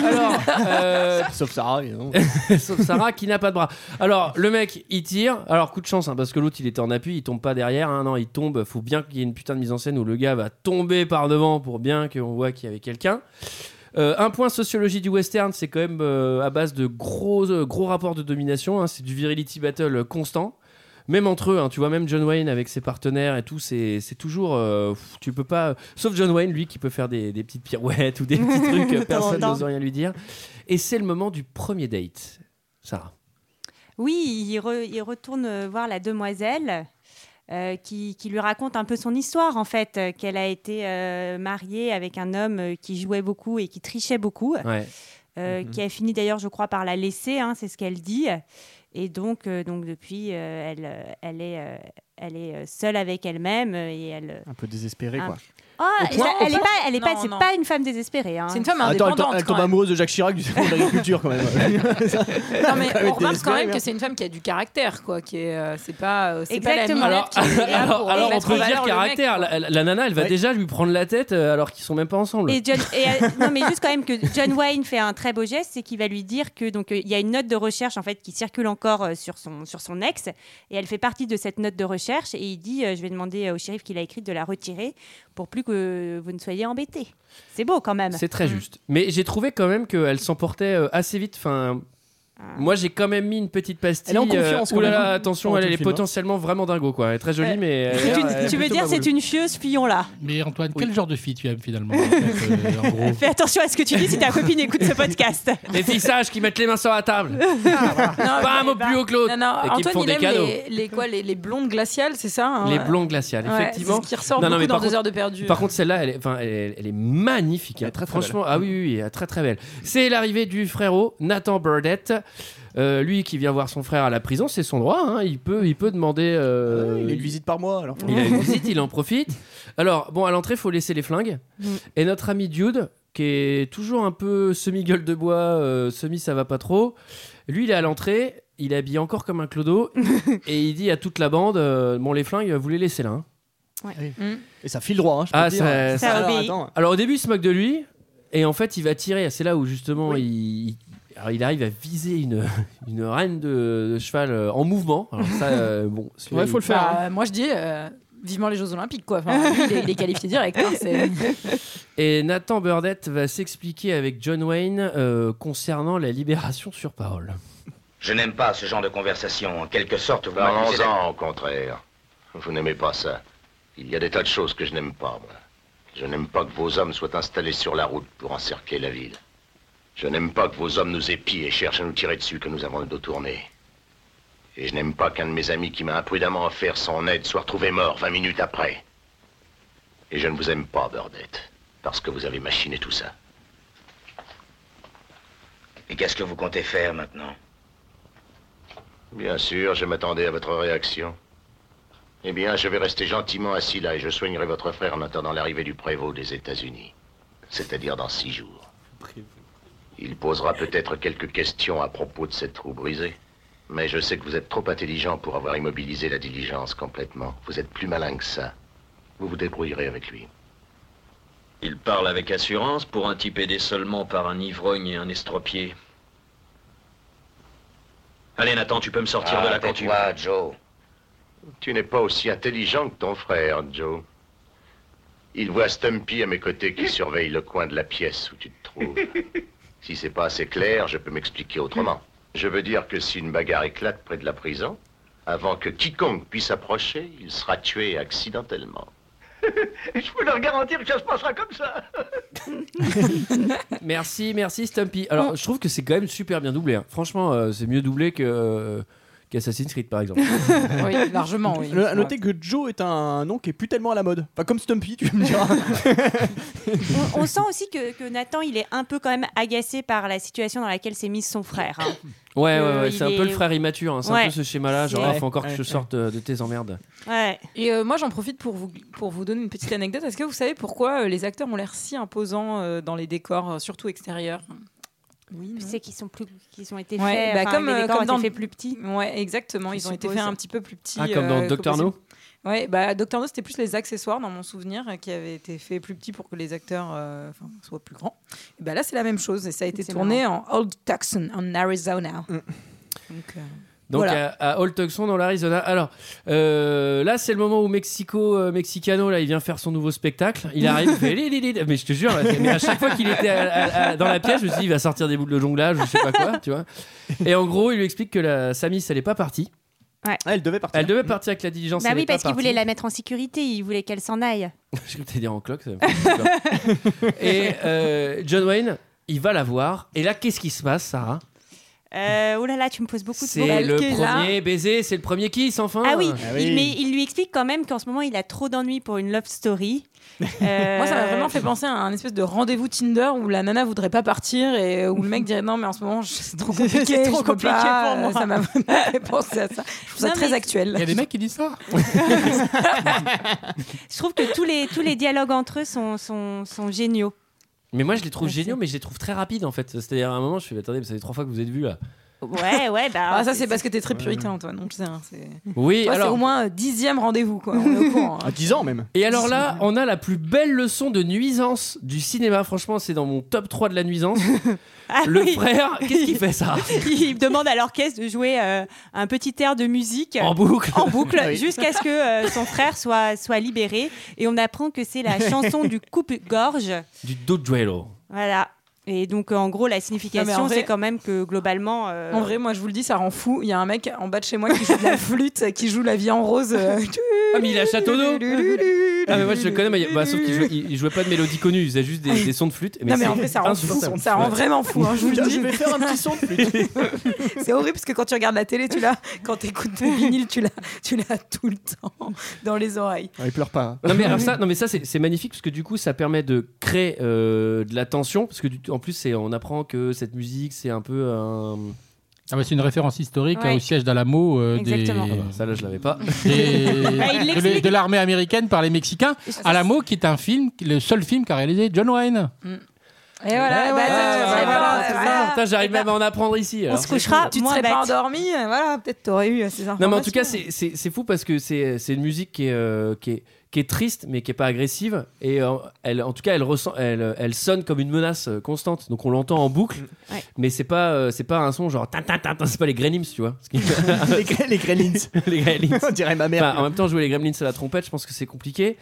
Alors, euh, <laughs>
Sauf Sarah, évidemment.
sauf Sarah qui n'a pas de bras. Alors, le mec, il tire. Alors, coup de chance, hein, parce que l'autre, il était en appui, il tombe pas derrière. hein. non, il tombe. Faut bien qu'il y ait une putain de mise en scène où le gars va tomber par devant pour bien qu'on voit qu'il y avait quelqu'un. Euh, un point sociologie du western, c'est quand même euh, à base de gros, euh, gros rapports de domination. hein. c'est du virility battle constant. Même entre eux, hein. tu vois, même John Wayne avec ses partenaires et tout, c'est c'est toujours. euh, pff, tu peux pas. Sauf John Wayne, lui, qui peut faire des, des petites pirouettes ou des petits trucs, euh, personne
T'entends.
n'ose rien lui dire. Et c'est le moment du premier date, Sarah.
Oui, il, re- il retourne euh, voir la demoiselle euh, qui, qui lui raconte un peu son histoire, en fait, euh, qu'elle a été euh, mariée avec un homme euh, qui jouait beaucoup et qui trichait beaucoup,
Ouais.
euh,
Mhm.
qui a fini d'ailleurs, je crois, par la laisser, hein, c'est ce qu'elle dit. Et donc, euh, donc depuis, euh, elle, euh, elle est, euh, elle est euh, seule avec elle-même euh, et elle.
Un peu désespérée
Ah.
quoi.
Oh, et
point-
ça-
au
elle n'est
point-
pas, elle est pas,
Non,
c'est
non.
pas une femme désespérée. hein.
C'est une femme
Attends, elle
indépendante.
tombe, elle tombe
quand même.
amoureuse de Jacques Chirac du second de l'agriculture
<laughs>
quand même.
Non, mais
Quand même,
on remarque quand même
désespérée,
que c'est une femme qui a du caractère, quoi. Qui est, euh, c'est pas, euh, c'est pas la
Exactement.
minette
Alors-
qui est là
Alors,
pour
alors, on
mettre en
peut dire
valeur le mec,
caractère. La, la- la nana, elle va déjà lui prendre la tête euh, alors qu'ils sont même pas ensemble.
Et John, et, euh, non mais juste quand même que John Wayne fait un très beau geste, c'est qu'il va lui dire que donc euh, il y a une note de recherche en fait qui circule encore euh, sur son sur son ex et elle fait partie de cette note de recherche et il dit euh, je vais demander euh, au shérif qui l'a écrite de la retirer pour plus que vous ne soyez embêtés. C'est beau quand même.
C'est
Mm.
très juste. Mais j'ai trouvé quand même qu'elle s'emportait euh, assez vite. Enfin,
Ah.
moi, j'ai quand même mis une petite pastille.
Elle est en confiance,
euh,
quand
oulala,
même, hein,
attention,
pendant
elle,
tout
elle
le
est
film, hein.
potentiellement vraiment dingo, quoi. Elle est très jolie,
Ouais.
mais. elle a
Tu-
l'air, euh,
tu veux
plutôt
dire
pas
c'est
voulu.
une fieuse fillon là.
Mais Antoine, quel genre de fille tu aimes finalement en fait, euh,
<laughs>
en gros
Fais attention à ce que tu dis si ta copine écoute ce podcast.
Les filles sages qui mettent les mains sur la table. pas un mot
bah,
plus haut que l'autre.
Ah, bah, Non, non,
Et qui me
Antoine,
font
il
des
aime
cadeaux.
les, les, quoi, les, les blondes glaciales, c'est ça hein
Les blondes glaciales,
Ouais,
effectivement.
c'est ce qui ressort beaucoup dans
par
Deux
contre-
heures de perdu.
Par contre, celle-là, elle est, enfin, elle est, elle est magnifique. hein. Franchement, ah oui, oui, oui, elle est très très belle. C'est l'arrivée du frérot Nathan Burdett. Euh, lui qui vient voir son frère à la prison, c'est son droit. hein. Il peut, il peut demander. euh,
Il a une visite par mois alors.
il a une visite, il en profite. Alors, bon, à l'entrée, faut laisser les flingues.
Mm.
Et notre ami Dude, qui est toujours un peu semi-gueule de bois, euh, semi ça va pas trop, lui, il est à l'entrée, il est habillé encore comme un clodo, et il dit à toute la bande euh, Bon, les flingues, vous les laissez là. hein.
Et ça file droit. Hein, je peux
Ah,
te
ça,
dire.
ça-
Alors,
Alors,
attends.
au début, il se moque de lui, et en fait, il va tirer. C'est là où justement, il, il- alors, il arrive à viser une, <laughs> une reine de, de cheval euh, en mouvement. Alors
<laughs>
ça, euh, bon, celui-là,
Ouais, faut
il-
le faire.
Bah, moi, je dis euh, vivement les Jeux Olympiques, quoi. Enfin, lui, il, est, il est qualifié direct. hein,
<laughs>
c'est-
Et Nathan Burdett va s'expliquer avec John Wayne euh, concernant la libération sur parole.
Je n'aime pas ce genre de conversation. En quelque sorte, vous
m'accusez d'être-
Parlons-en, au contraire. Vous n'aimez pas ça. Il y a des tas de choses que je n'aime pas, moi. Je n'aime pas que vos hommes soient installés sur la route pour encercler la ville. Je n'aime pas que vos hommes nous épient et cherchent à nous tirer dessus que nous avons le dos tourné. Et je n'aime pas qu'un de mes amis qui m'a imprudemment offert son aide soit retrouvé mort 20 minutes après. Et je ne vous aime pas, Burdette, parce que vous avez machiné tout ça.
Et qu'est-ce que vous comptez faire maintenant
Bien sûr, je m'attendais à votre réaction. Eh bien, je vais rester gentiment assis là et je soignerai votre frère en attendant l'arrivée du prévôt des États-Unis. C'est-à-dire dans six jours. Il posera peut-être quelques questions à propos de cette roue brisée. Mais je sais que vous êtes trop intelligent pour avoir immobilisé la diligence complètement. Vous êtes plus malin que ça. Vous vous débrouillerez avec lui.
Il parle avec assurance pour un type aidé seulement par un ivrogne et un estropié. Allez, Nathan, tu peux me sortir de la cantine.
toi, Joe. Tu n'es pas aussi intelligent que ton frère, Joe. Il voit Stumpy à mes côtés qui surveille le coin de la pièce où tu
<laughs>
te trouves. Si c'est pas assez clair, je peux m'expliquer autrement. Je veux dire que si une bagarre éclate près de la prison, avant que quiconque puisse approcher, il sera tué accidentellement.
<laughs> Je peux leur garantir que ça se passera comme ça.
Merci, merci Stumpy.
Oh.
Alors, je trouve que c'est quand même super bien doublé. hein. Franchement, euh, c'est mieux doublé que euh, qu'Assassin's Creed, par
<laughs>
exemple.
Oui, largement, oui.
Le- à noter que Joe est un nom qui est plus tellement à la mode. Enfin, comme Stumpy, tu
<laughs>
me diras.
On, on sent aussi que, que Nathan, il est un peu quand même agacé par la situation dans laquelle s'est mis son frère. hein.
Ouais, ouais,
Euh,
ouais,
il
c'est un
est-
peu le frère immature. hein. C'est un
Ouais.
peu ce schéma-là. Genre,
C'est-
ah, faut encore que
Ouais,
je
ouais.
sorte euh, de tes emmerdes.
Et euh, moi, j'en profite pour vous, pour vous donner une petite anecdote. Est-ce que vous savez pourquoi euh, les acteurs ont l'air si imposants euh, dans les décors, euh, surtout extérieurs
Oui, tu sais qu'ils sont plus, qu'ils ont été
Ouais,
faits,
bah,
enfin,
comme,
les
euh,
décors
comme
ont été
dans-
faits plus petits.
Ouais, exactement.
Je
ils ont été
suppose.
faits un petit peu plus petits.
Ah,
euh,
comme dans
que
Dr. No
possible. Ouais, bah Doctor No, c'était plus les accessoires dans mon souvenir euh, qui avaient été faits plus petits pour que les acteurs euh, enfin, soient plus grands. Et bah là, c'est la même chose et ça a été
C'est
tourné en Old Tucson, en Arizona.
Mm.
Donc, euh,
Donc
voilà.
à, à Old Tucson dans l'Arizona. Alors euh, là c'est le moment où Mexico euh, Mexicano là il vient faire son nouveau spectacle.
<laughs>
Il arrive, il fait, Li, li, li. mais je te jure, là, c'est- mais à chaque fois qu'il était à- à- à- dans la pièce, je me suis dit il va sortir des boules de jonglage ou je sais pas quoi, tu vois. Et en gros il lui explique que la Samis elle est pas partie.
Ah, Elle devait partir.
Elle devait partir avec la diligence.
Bah
elle est
oui,
pas
parce qu'il
partie.
voulait la mettre en sécurité, il voulait qu'elle s'en aille.
<laughs> Je vais te dire en cloque. ça me fait peur.
<laughs>
Et euh, John Wayne il va la voir et là qu'est-ce qui se passe Sarah
Euh, oh là là, tu me poses beaucoup de
C'est
questions.
le premier baiser, c'est le premier kiss enfin.
Ah oui, il- mais il lui explique quand même qu'en ce moment, il a trop d'ennuis pour une love <laughs> story. Euh,
Moi, ça m'a vraiment fait penser à un espèce de rendez-vous Tinder où la nana voudrait pas partir et où le mec dirait non, mais en ce moment, <laughs> je- c'est
<laughs>
trop compliqué.
C'est trop
je peux
compliqué
pas.
pour moi.
Ça m'a vraiment fait penser à ça. Je trouve ça
Non,
très
mais-
actuel.
Il y a des mecs
qui disent ça.
Je trouve que tous les, tous les dialogues entre eux sont, sont, sont géniaux.
Mais moi, je les trouve géniaux, mais je les trouve très rapides en fait. C'est-à-dire, à un moment, je suis attendez, mais ça fait trois fois que vous êtes vus là.
Ouais, ouais, bah.
Ah, ça, c'est parce que t'es très puritain, Antoine. Donc, c'est un- c'est-
Oui,
Toi, c'est
alors-
au moins euh, dixième rendez-vous, quoi. On est
<laughs>
au courant. hein.
À 10 ans même.
Et alors là, on a la plus belle leçon de nuisance du cinéma. Franchement, c'est dans mon top 3 de
<laughs>
la nuisance.
Ah
le
oui.
frère, qu'est-ce qu'il fait ça
<laughs> Il demande à l'orchestre de jouer euh, un petit air de musique
En boucle.
en
<laughs>
boucle,
Oui.
jusqu'à ce que euh, son frère soit, soit libéré. Et on apprend que c'est la chanson du coupe-gorge.
Du Doduelo.
Voilà. Et donc, euh, en gros, la
Non, mais en
signification,
vrai-
c'est quand même que globalement. euh,
En vrai, moi, je vous le dis, ça rend fou. Il y a un mec en bas de chez moi qui joue de la flûte, qui joue la vie en rose. euh,
Ah, mais il est à Château d'eau Ah, mais moi, je le connais, mais bah, sauf qu'il jouait, il- il jouait pas de mélodie connue, il faisait juste des, des sons de flûte.
non, mais
Ah, c'est
en vrai, ça rend fou.
insupportable.
Ça rend
Ouais.
vraiment fou, hein, je vous le
Tiens,
dis.
je vais faire un petit son
<laughs>
de flûte.
C'est horrible parce que quand tu regardes la télé, tu l'as. Quand tu écoutes ton vinyle, tu l'as, tu l'as tout le temps dans les oreilles.
Ah, il pleure pas. hein.
Non mais, alors ça, non mais ça c'est c'est magnifique parce que du coup ça permet de créer euh, de la tension parce que du- en plus c'est- on apprend que cette musique c'est un peu un...
Ah bah, c'est une référence historique hein,
Ouais.
au siège d'Alamo euh, des...
Exactement. Ah bah, ça, là, je l'avais pas. <laughs>
des-
Bah, il
de-
l'explique.
de l'armée américaine par les Mexicains. Alamo qui est un film, le seul film qu'a réalisé John Wayne.
Et voilà, bah, ça, tu serais pas- euh, voilà.
Putain, J'arrive même à en apprendre ici. alors.
Tu te serais pas endormi, euh, voilà, peut-être t'aurais eu euh, ces informations. <laughs>
Non mais en tout cas c'est- c'est c'est fou parce que c'est c'est une musique qui est, euh, qui, est, qui est triste mais qui est pas agressive et euh, elle, en tout cas elle, ressent, elle, euh, elle sonne comme une menace euh, constante donc on l'entend en boucle
Ouais.
mais c'est pas, euh, c'est pas un son genre tin, tin, tin, tin, c'est pas les Gremlins tu vois Ce qui-
les, Gre- les Gremlins.
<laughs> les Gremlins.
On dirait ma mère.
Enfin, Bah, en même temps, jouer les Gremlins à la trompette, je pense que c'est compliqué.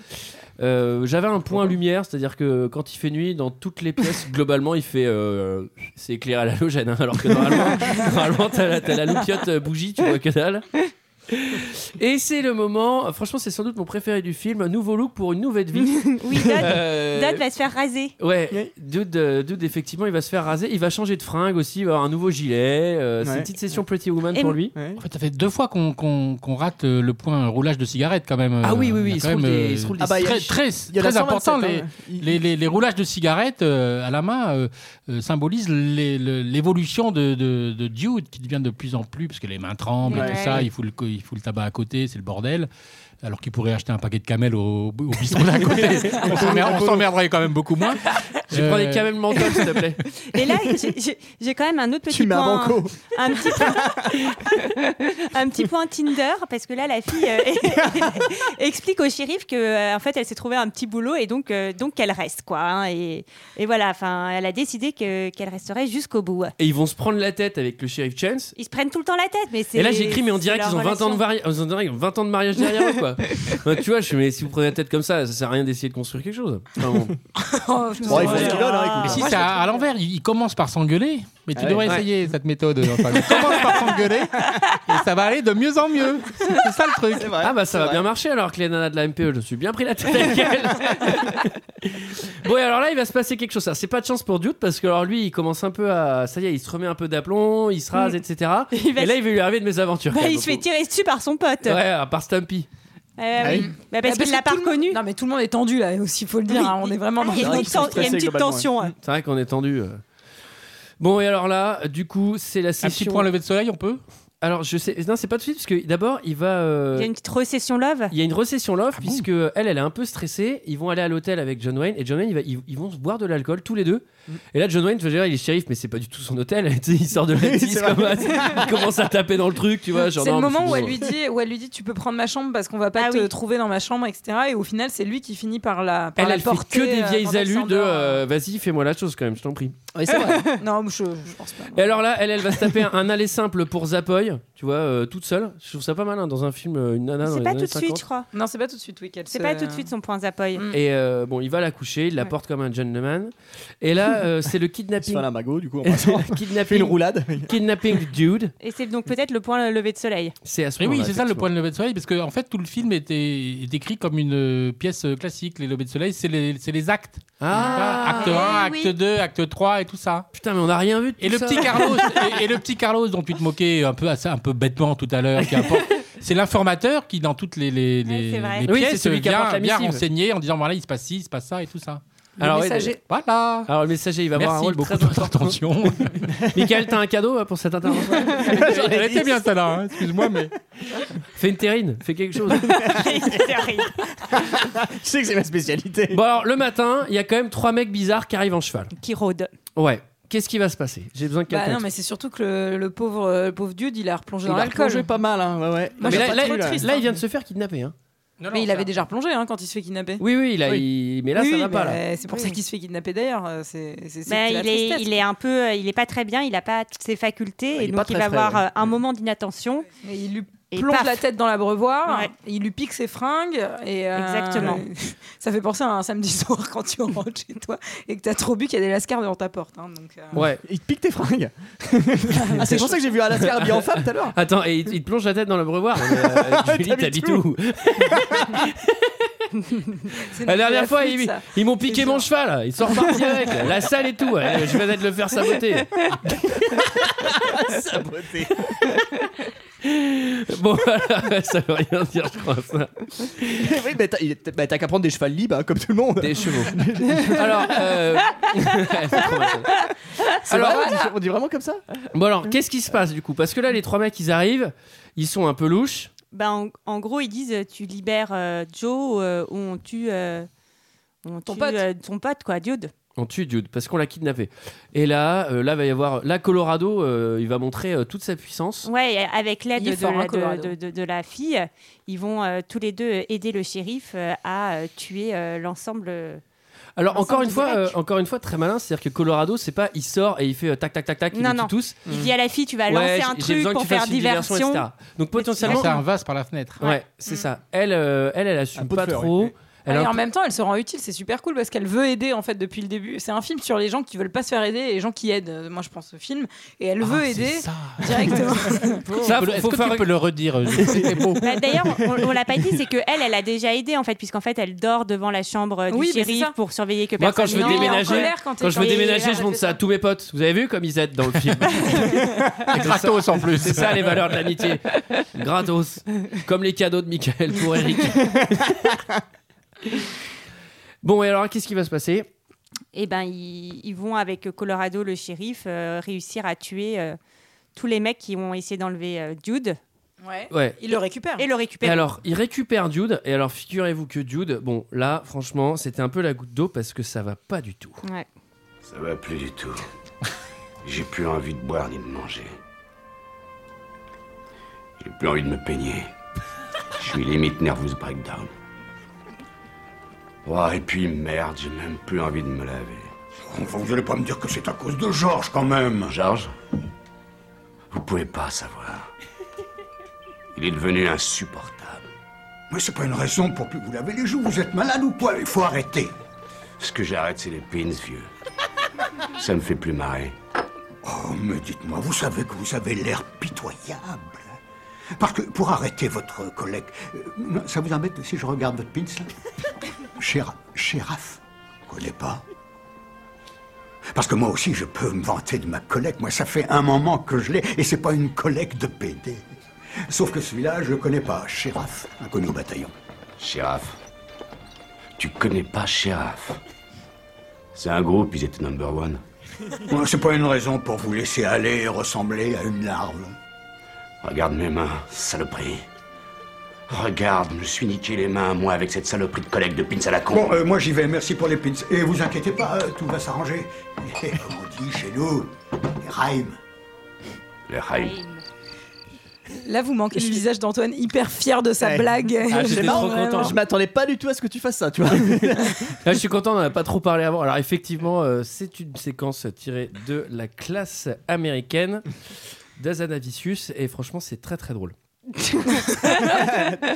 Euh, J'avais un point lumière, c'est-à-dire que quand il fait nuit, dans toutes les pièces, <laughs> globalement, il fait. euh, c'est éclairé à l'halogène, hein, alors que normalement, normalement t'as la, t'as la loupiote euh, bougie, tu vois que dalle. Et c'est le moment, franchement, c'est sans doute mon préféré du film, un nouveau look pour une nouvelle vie.
<laughs> oui, Dodd,
<laughs> Euh,
Dodd va se faire raser.
Ouais, Dude, euh, Dude, effectivement, il va se faire raser. Il va changer de fringue aussi, il va avoir un nouveau gilet. euh, C'est
Ouais.
une petite session Pretty Woman
Et
pour
m-
lui.
En fait, ça fait deux fois qu'on qu'on- qu'on rate euh, le point roulage de cigarette quand même.
Ah
Euh,
oui, oui, oui,
y a
il se
quand
roule
même,
des-
euh,
il se roule des
très-
cigarettes.
Très,
Il y en a
très
127,
important,
hein.
les, les, les- les roulages de cigarettes euh, à la main euh, euh, symbolisent les- le- l'évolution de, de, de Dude qui devient de plus en plus, parce que les mains tremblent et
Ouais.
tout ça, il fout, le, co- il fout le tabac à côté, c'est le bordel. Alors qu'il pourrait acheter un paquet de camel au, au bistrot d'à
<laughs>
côté. on s'emmer- on s'emmerderait quand même beaucoup moins.
Je prends des
Euh.
camels mentaux, s'il te plaît.
Et là, j'ai- j'ai j'ai quand même un autre petit
Tu m'as
point.
<laughs>
banco.
Un petit point, un petit point Tinder, parce que là, la fille euh, <laughs> explique au shérif que euh, en fait, elle s'est trouvée un petit boulot et donc, euh, donc qu'elle reste, quoi. hein. et, et voilà, enfin, elle a décidé que- qu'elle resterait jusqu'au bout.
Et ils vont se prendre la tête avec le shérif Chance.
Ils se prennent tout le temps la tête, mais c'est.
Et là, j'ai écrit, mais on
c'est
dirait
leur
qu'ils ont 20 ans, de
relation.
vari- ils ont- ils ont 20 ans de mariage derrière eux,
<laughs>
quoi. Enfin, tu vois, je suis, mais si vous prenez la tête comme ça, ça sert à rien d'essayer de construire quelque chose. Enfin, bon.
Ouais, Mais si c'est à, à l'envers, il il commence par s'engueuler. Mais tu
Ah ouais.
devrais
Ouais.
essayer cette méthode. Enfin, il commence par s'engueuler et ça va aller de mieux en mieux.
<laughs>
C'est ça le truc.
ah bah ça va bien marcher alors que les nanas de la MPE, je me suis bien pris la tête avec elles.
<laughs>
bon et alors là il va se passer quelque chose. Alors, C'est pas de chance pour Dude parce que alors lui il commence un peu à ça y est il se remet un peu d'aplomb, il se rase
Mm.
etc.
Il va
et là
se-
il va lui arriver de mes aventures.
Bah, il se fait tirer dessus par son pote.
Ouais Ah à part Stumpy.
Euh, oui. Bah, parce
Bah,
qu'il l'a pas
tout le monde- Non, mais tout le monde est tendu là aussi, il faut le dire. hein, on est vraiment dans
Il y a une petite il y a une petite tension. hein.
C'est vrai qu'on est tendu. euh. Bon et alors là du coup c'est la session.
point levé de soleil on peut.
Alors je sais non c'est pas tout de suite parce que d'abord il va. euh,
Il y a une petite recession love.
Il y a une recession love puisque elle, elle est un peu stressée. Ils vont aller à l'hôtel avec John Wayne et John Wayne, il va- ils, ils vont se boire de l'alcool tous les deux. Et là, John Wayne, je veux dire, il est shérif, mais c'est pas du tout son hôtel. <laughs> Tu sais, il sort de la
Oui,
tisse,
c'est vrai.
comme ça, il commence à taper dans le truc, tu vois. genre,
C'est le
non, mais
moment où
bon.
elle, lui dit, où elle lui dit Tu peux prendre ma chambre parce qu'on va
Ah
pas te trouver dans ma chambre, etc. Et au final, c'est lui qui finit par la. Par
Elle,
la
elle fait
porter,
que des
euh, quand
vieilles
elle
alus de
s'endort.
euh, vas-y, fais-moi la chose quand même, je t'en prie.
<laughs> non, je, je pense pas.
<laughs> Et alors là, elle, elle va se taper un, un aller simple pour Zapoy, tu vois, euh, toute seule. Je trouve ça pas mal hein, dans un film, euh, une nana. dans
C'est
les
pas
années
tout de suite,
50.
je crois.
Non, c'est pas tout de suite, oui.
C'est pas tout de suite son point d'appui.
Mm.
Et euh, bon, il va la coucher, il la porte comme un gentleman. Et là,
<laughs>
euh, c'est le kidnapping. <laughs>
un magot, du coup, en passant.
Kidnapping.
Une roulade. <laughs>
Kidnapping du dude.
Et c'est donc peut-être le point levé de
<laughs>
soleil.
C'est à ce
Mais oui,
moment-là,
c'est ça le
effectivement.
point de lever de soleil, parce que en fait tout le film est, é- est écrit comme une euh, pièce euh, classique. Les levées de soleil, c'est les, c'est les actes.
Ah.
acte 1,
Eh
Ah,
acte
oui.
2, acte 3 et tout ça.
Putain, mais on a rien vu. de
Et
tout
le
ça.
petit
<laughs>
Carlos, et, et le petit Carlos dont tu te moquais un peu, assez- un peu bêtement tout à l'heure,
<laughs>
qui apporte- C'est l'informateur qui, dans toutes les, les, les,
c'est vrai.
les
Oui, c'est
pièces,
celui qui apporte
vient,
la
vient
missive.
renseigner en disant voilà, il se passe ci, il se passe ça et tout ça.
Le Alors, ouais, messager. mais-
voilà.
Alors le messager, il va avoir Ah, un
Merci
rôle
beaucoup
très
de votre
<laughs>
attention.
Michael, t'as un cadeau euh, pour
<laughs>
cette intervention
Elle était bien celle-là, hein, excuse-moi, mais.
Fais une terrine, fais quelque
<laughs>
chose.
Je sais que c'est ma spécialité.
bon alors le matin, il y a quand même trois mecs bizarres qui arrivent en cheval.
Qui rôde.
Ouais. Qu'est-ce qui va se passer J'ai besoin de
Bah
quelqu'un.
non, mais c'est surtout que le, le pauvre, euh, le pauvre dude, il a replongé dans
a
l'alcool.
replongé pas mal, hein. ouais, ouais.
Moi,
Mais
j'ai
là,
pas
là,
trop triste,
là,
hein.
il vient de se faire kidnapper. Hein.
mais il avait déjà replongé hein, quand il se fait kidnapper.
Oui, oui, il a, il- mais là, ça
Oui,
va
oui,
pas.
mais,
Là.
euh, C'est pour ça qu'il se fait kidnapper d'ailleurs. euh, C'est c'est- c'est
Bah,
la
il,
tristesse.
est, il est un peu, euh, il est pas très bien, il a pas toutes ses facultés
Ouais,
et
il est
donc
pas
il va
très frais,
avoir euh, un moment d'inattention.
Et il lui
Et
plonge
paf.
la tête dans l'abreuvoir,
Ouais.
il lui pique ses fringues et euh,
Exactement.
<laughs> Ça fait penser à un samedi <laughs> soir quand tu rentres chez toi et que t'as trop bu qu'il y a des lascars devant ta porte. hein, donc, euh,
Ouais.
Il te pique tes fringues.
<laughs>
Ah, c'est pour ça que j'ai vu Alaska bien en femme tout à l'heure.
Attends, et il, il te plonge la tête dans le brevoir. Mais, <laughs> euh, Julie, t'habites où
c'est
La
une-
dernière
la
fois,
flûte,
ils,
ça.
ils m'ont piqué mon cheval. là. Ils sont repartis avec. là. La salle et tout. ouais. Je vais peut-être le faire saboter.
Saboter.
Bon, voilà, <laughs> ça veut rien dire, je crois. Ça.
<laughs> oui, mais t'as il- bah, t'as qu'à prendre des chevaux libres, hein, comme tout le monde.
Des chevaux. Alors, <laughs> euh, c'est trop mal, ça.
Alors,
Alors,
on, dit, on dit vraiment comme ça
Bon alors, qu'est-ce qui se passe du coup Parce que là, les trois mecs, ils arrivent, ils sont un peu louches.
Bah, en, en gros, ils disent euh, tu libères euh, Joe euh, ou on tue, euh, on
Ton
tue,
pote.
euh, ton pote quoi, dude.
On tue Oh, Dude parce qu'on l'a kidnappé. Et là, euh, là va y avoir, là Colorado, euh, il va montrer euh, toute sa puissance.
Ouais, et avec l'aide
Il est
de,
fort,
la-
hein, Colorado.
de, de- de- de la fille, ils vont euh, tous les deux aider le shérif euh, à euh, tuer euh, l'ensemble. euh,
Alors
l'ensemble
encore une
des
fois,
mecs.
euh, encore une fois, très malin, c'est-à-dire que Colorado, c'est pas, il sort et il fait euh, tac tac tac tac, il
non,
les
non.
tue tous.
Il dit à la fille tu vas
Hmm. Ouais,
lancer un
j'ai- j'ai
truc
besoin que
pour
tu fasses
faire
une diversion,
diversion.
etc. Donc potentiellement,
C'est un vase par la fenêtre.
ouais, c'est ça. Elle, euh, elle, elle assume
pot de
pas
fleurs,
trop. Elle
et
a un
en
peu-
même temps, elle se rend utile, c'est super cool parce qu'elle veut aider en fait depuis le début. C'est un film sur les gens qui veulent pas se faire aider et les gens qui aident. euh, Moi, je pense au film et
Ah,
elle veut aider directement.
Ça, faut- Est-ce que tu peux le redire <laughs> euh, C'était beau.
Bah, D'ailleurs, on, on l'a pas dit, c'est que elle, elle a déjà aidé en fait, puisqu'en fait, elle dort devant la chambre du
Oui, mais c'est
shérif
ça.
pour surveiller que
Moi,
personne.
quand je veux
n'entre.
déménager, quand, je veux déménager, je montre ça à tous mes potes. Vous avez vu comme ils aident dans le
<laughs>
film
gratos, en plus.
C'est ça les valeurs de l'amitié. Gratos. Comme les cadeaux de Michael
<laughs>
pour Eric. bon, et alors, qu'est-ce qui va se passer
Et ben, ils, ils vont avec Colorado, le shérif, euh, réussir à tuer euh, tous les mecs qui ont essayé d'enlever euh, Dude.
Ouais.
Il le récupère.
Et le récupère.
Et alors, il récupère Dude. Et alors, figurez-vous que Dude, bon, là, franchement, c'était un peu la goutte d'eau parce que ça va pas du tout.
Ah.
Ouais.
Ça va plus du tout. J'ai plus envie de boire ni de manger. J'ai plus envie de me peigner. Je suis limite nervous breakdown. Oh, et puis merde, j'ai même plus envie de me laver. Vous allez pas me dire que c'est à cause de Georges quand même. Georges Vous pouvez pas savoir. Il est devenu insupportable.
Mais c'est pas une raison pour plus vous laver les joues. Vous êtes malade ou quoi Il faut arrêter.
Ce que j'arrête, c'est les pins, vieux. Ça me fait plus marrer.
Oh, mais dites-moi, vous savez que vous avez l'air pitoyable. Parce que pour arrêter votre collègue, euh, non, ça vous embête si je regarde votre pince là Chéra- Chéraf, vous connaissez pas Parce que moi aussi, je peux me vanter de ma collègue. Moi, ça fait un moment que je l'ai, et c'est pas une collègue de PD. Sauf que celui-là, je le connais pas. Chéraf, inconnu au bataillon.
Chéraf. Tu connais pas Chéraf C'est un groupe, ils étaient number one.
Moi, C'est pas une raison pour vous laisser aller et ressembler à une larve.
Regarde mes mains, saloperie. Regarde, je me suis niqué les mains, moi, avec cette saloperie de collègue de pins à la con.
Bon, euh, moi j'y vais, merci pour les pins. Et vous inquiétez pas, euh, tout va s'arranger. <laughs> Et Comme on dit chez nous, les rhymes.
Le
Ah
hype.
Là, vous manquez le visage d'Antoine hyper fier de sa blague. <laughs>
Ah,
j'étais trop
Vraiment.
content. Je m'attendais pas du tout à ce que tu fasses ça, tu vois.
Là, Ah, je suis content, on n'en a pas trop parlé avant. Alors, effectivement, euh, c'est une séquence tirée de la classe américaine d'Azanavicius. Et franchement, c'est très très <laughs> drôle.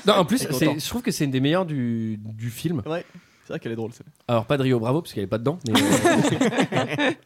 non, en plus,
Très content.
c'est- je trouve que c'est une des meilleures du, du film.
Ouais, c'est vrai qu'elle est drôle celle
Alors, pas de Rio Bravo, parce qu'elle est pas dedans. <laughs> mais-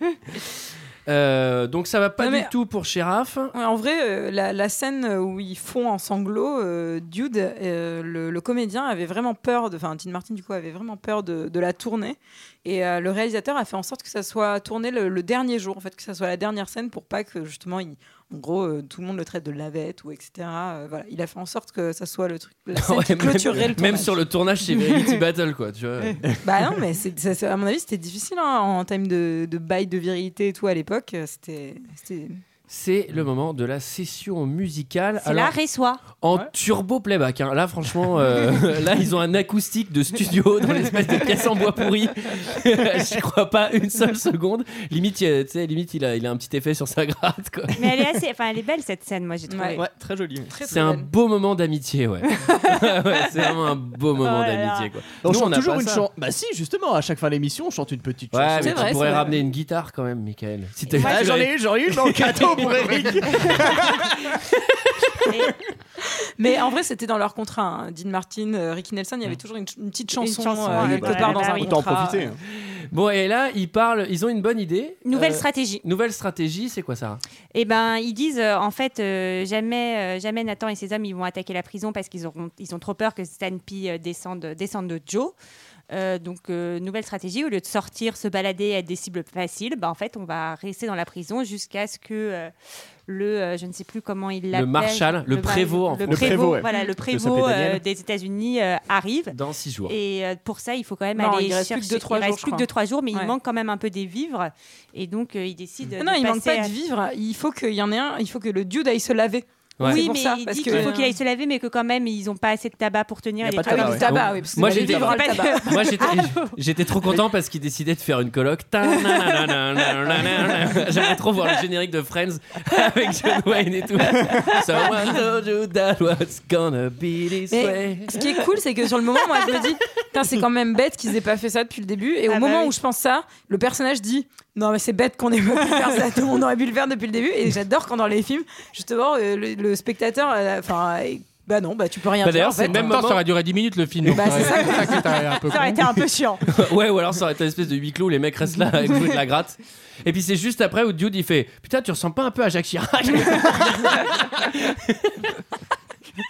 Euh, donc, ça va pas
Non,
du
mais-
tout pour Sheraf.
Ouais, en vrai, euh, la, la scène où ils font en sanglots, euh, Dude, euh, le, le comédien avait vraiment peur, de- enfin, Dean Martin, du coup, avait vraiment peur de, de la tourner. Et euh, le réalisateur a fait en sorte que ça soit tourné le, le dernier jour, en fait, que ça soit la dernière scène pour pas que, justement, il- en gros, euh, tout le monde le traite de lavette ou etc. Euh, voilà, il a fait en sorte que ça soit le truc,
<laughs>
la scène
Ouais,
qui clôturerait le
même, même
tournage.
sur le tournage, c'est Verity Battle, quoi. Tu <laughs> vois.
Bah non, mais c'est, ça- ça- à mon avis, c'était difficile hein, en termes de, de bail de virilité et tout à l'époque. euh, C'était, c'était...
C'est le moment de la session musicale.
C'est la Ressois.
En turbo playback. hein. Là, franchement, euh, <laughs> là, ils ont un acoustique de studio
<laughs>
dans l'espèce de caisse en bois pourri. <laughs> J'y crois pas une seule seconde. Limite, il y a- tu sais, limite il, a, il a un petit effet sur sa gratte. quoi.
Mais elle est assez, enfin, elle est belle cette scène, moi j'ai trouvé.
Ouais, très jolie.
C'est un beau moment d'amitié,
<laughs>
ouais. <laughs> Ouais, c'est vraiment un beau moment
Oh là là.
d'amitié, quoi.
On
Nous,
chante
n'a
toujours
pas
une
ça.
chanson. Bah si, justement, à chaque fin d'émission, on chante une petite chanson.
Ouais, mais tu pourrais ramener une guitare quand même, Michael. Si t'as-
Ah,
tu
j'en
l'avais-
ai eu, j'en ai eu
<laughs>
dans le cadeau pour Eric.
Mais
<laughs>
en vrai, c'était dans leur contrat. hein. Dean Martin, euh, Ricky Nelson, il y avait toujours une, ch- une petite chanson,
chanson,
euh,
oui,
quelque
bah,
part
bah
dans un
oui.
contrat. euh,
Autant en profiter, hein.
Bon, et là, ils parlent, ils ont une bonne idée.
Euh,
Euh,
Nouvelle stratégie.
Nouvelle stratégie, c'est quoi ça
Et ben, ils disent euh, en fait euh, jamais, euh, jamais Nathan et ses hommes ils vont attaquer la prison parce qu'ils auront, ils ont trop peur que Stanpy euh, descende, descende de Joe. Euh, donc euh, nouvelle stratégie, au lieu de sortir, se balader à des cibles faciles, bah, en fait on va rester dans la prison jusqu'à ce que euh, le, euh, je ne sais plus comment il l'appelle,
marshal, le prévôt, en
le
France. Le prévôt,
prévôt,
ouais.
voilà, le
Le
prévôt
s'appelait Daniel.
euh, des États-Unis euh, arrive.
Dans six jours.
Et euh, pour ça, il faut quand même
Non,
aller
il reste plus
chercher.
que deux, trois
il reste
jours, je
plus que
crois.
deux, trois jours, mais
Ouais.
il manque quand même un peu des vivres. Et donc euh, il décide.
Non,
de
il manque
passer
pas
à-
de vivre. Il faut qu'il y en ait un. Il faut que le dude aille se laver.
Ouais.
C'est
Oui,
pour
mais
ça,
il
parce
dit
que-
qu'il faut qu'il aille se laver, mais que quand même, ils n'ont pas assez de Ah, tabac pour tenir.
Il
les
y a pas de tabac,
trucs.
ouais. tabac, oui, parce que
Moi
la
j'étais
livre, le tabac.
moi, j'étais- j'étais trop content parce qu'il décidait de faire une colloque. Tanananananananana. J'aimerais trop voir le générique de Friends avec John Wayne et tout. So I told you that was gonna be this way.
Mais ce qui est cool, c'est que sur le moment, moi, je me dis, Putain, c'est quand même bête qu'ils aient pas fait ça depuis le début.
Ah
Et au
bah
moment où je pense ça, le personnage dit, non, mais c'est bête qu'on ait pas pu faire ça. Tout le monde aurait pu le faire depuis le début. Et j'adore quand dans les films, justement, euh, le, le spectateur, euh, enfin, est Bah non, bah tu peux rien
Bah,
dire.
d'ailleurs,
en
c'est
fait.
le même moment.
Ça aurait duré 10 minutes le film. donc
Bah,
ça aurait-
c'est ça.
c'est ça qui était un peu
Ça aurait
con.
été un peu chiant.
<laughs> ouais, ou alors ça aurait été une espèce de huis clos où les mecs restent là avec jouer de la gratte. Et puis c'est juste après où Dude il fait Putain, tu ressembles pas un peu à Jacques Chirac <laughs>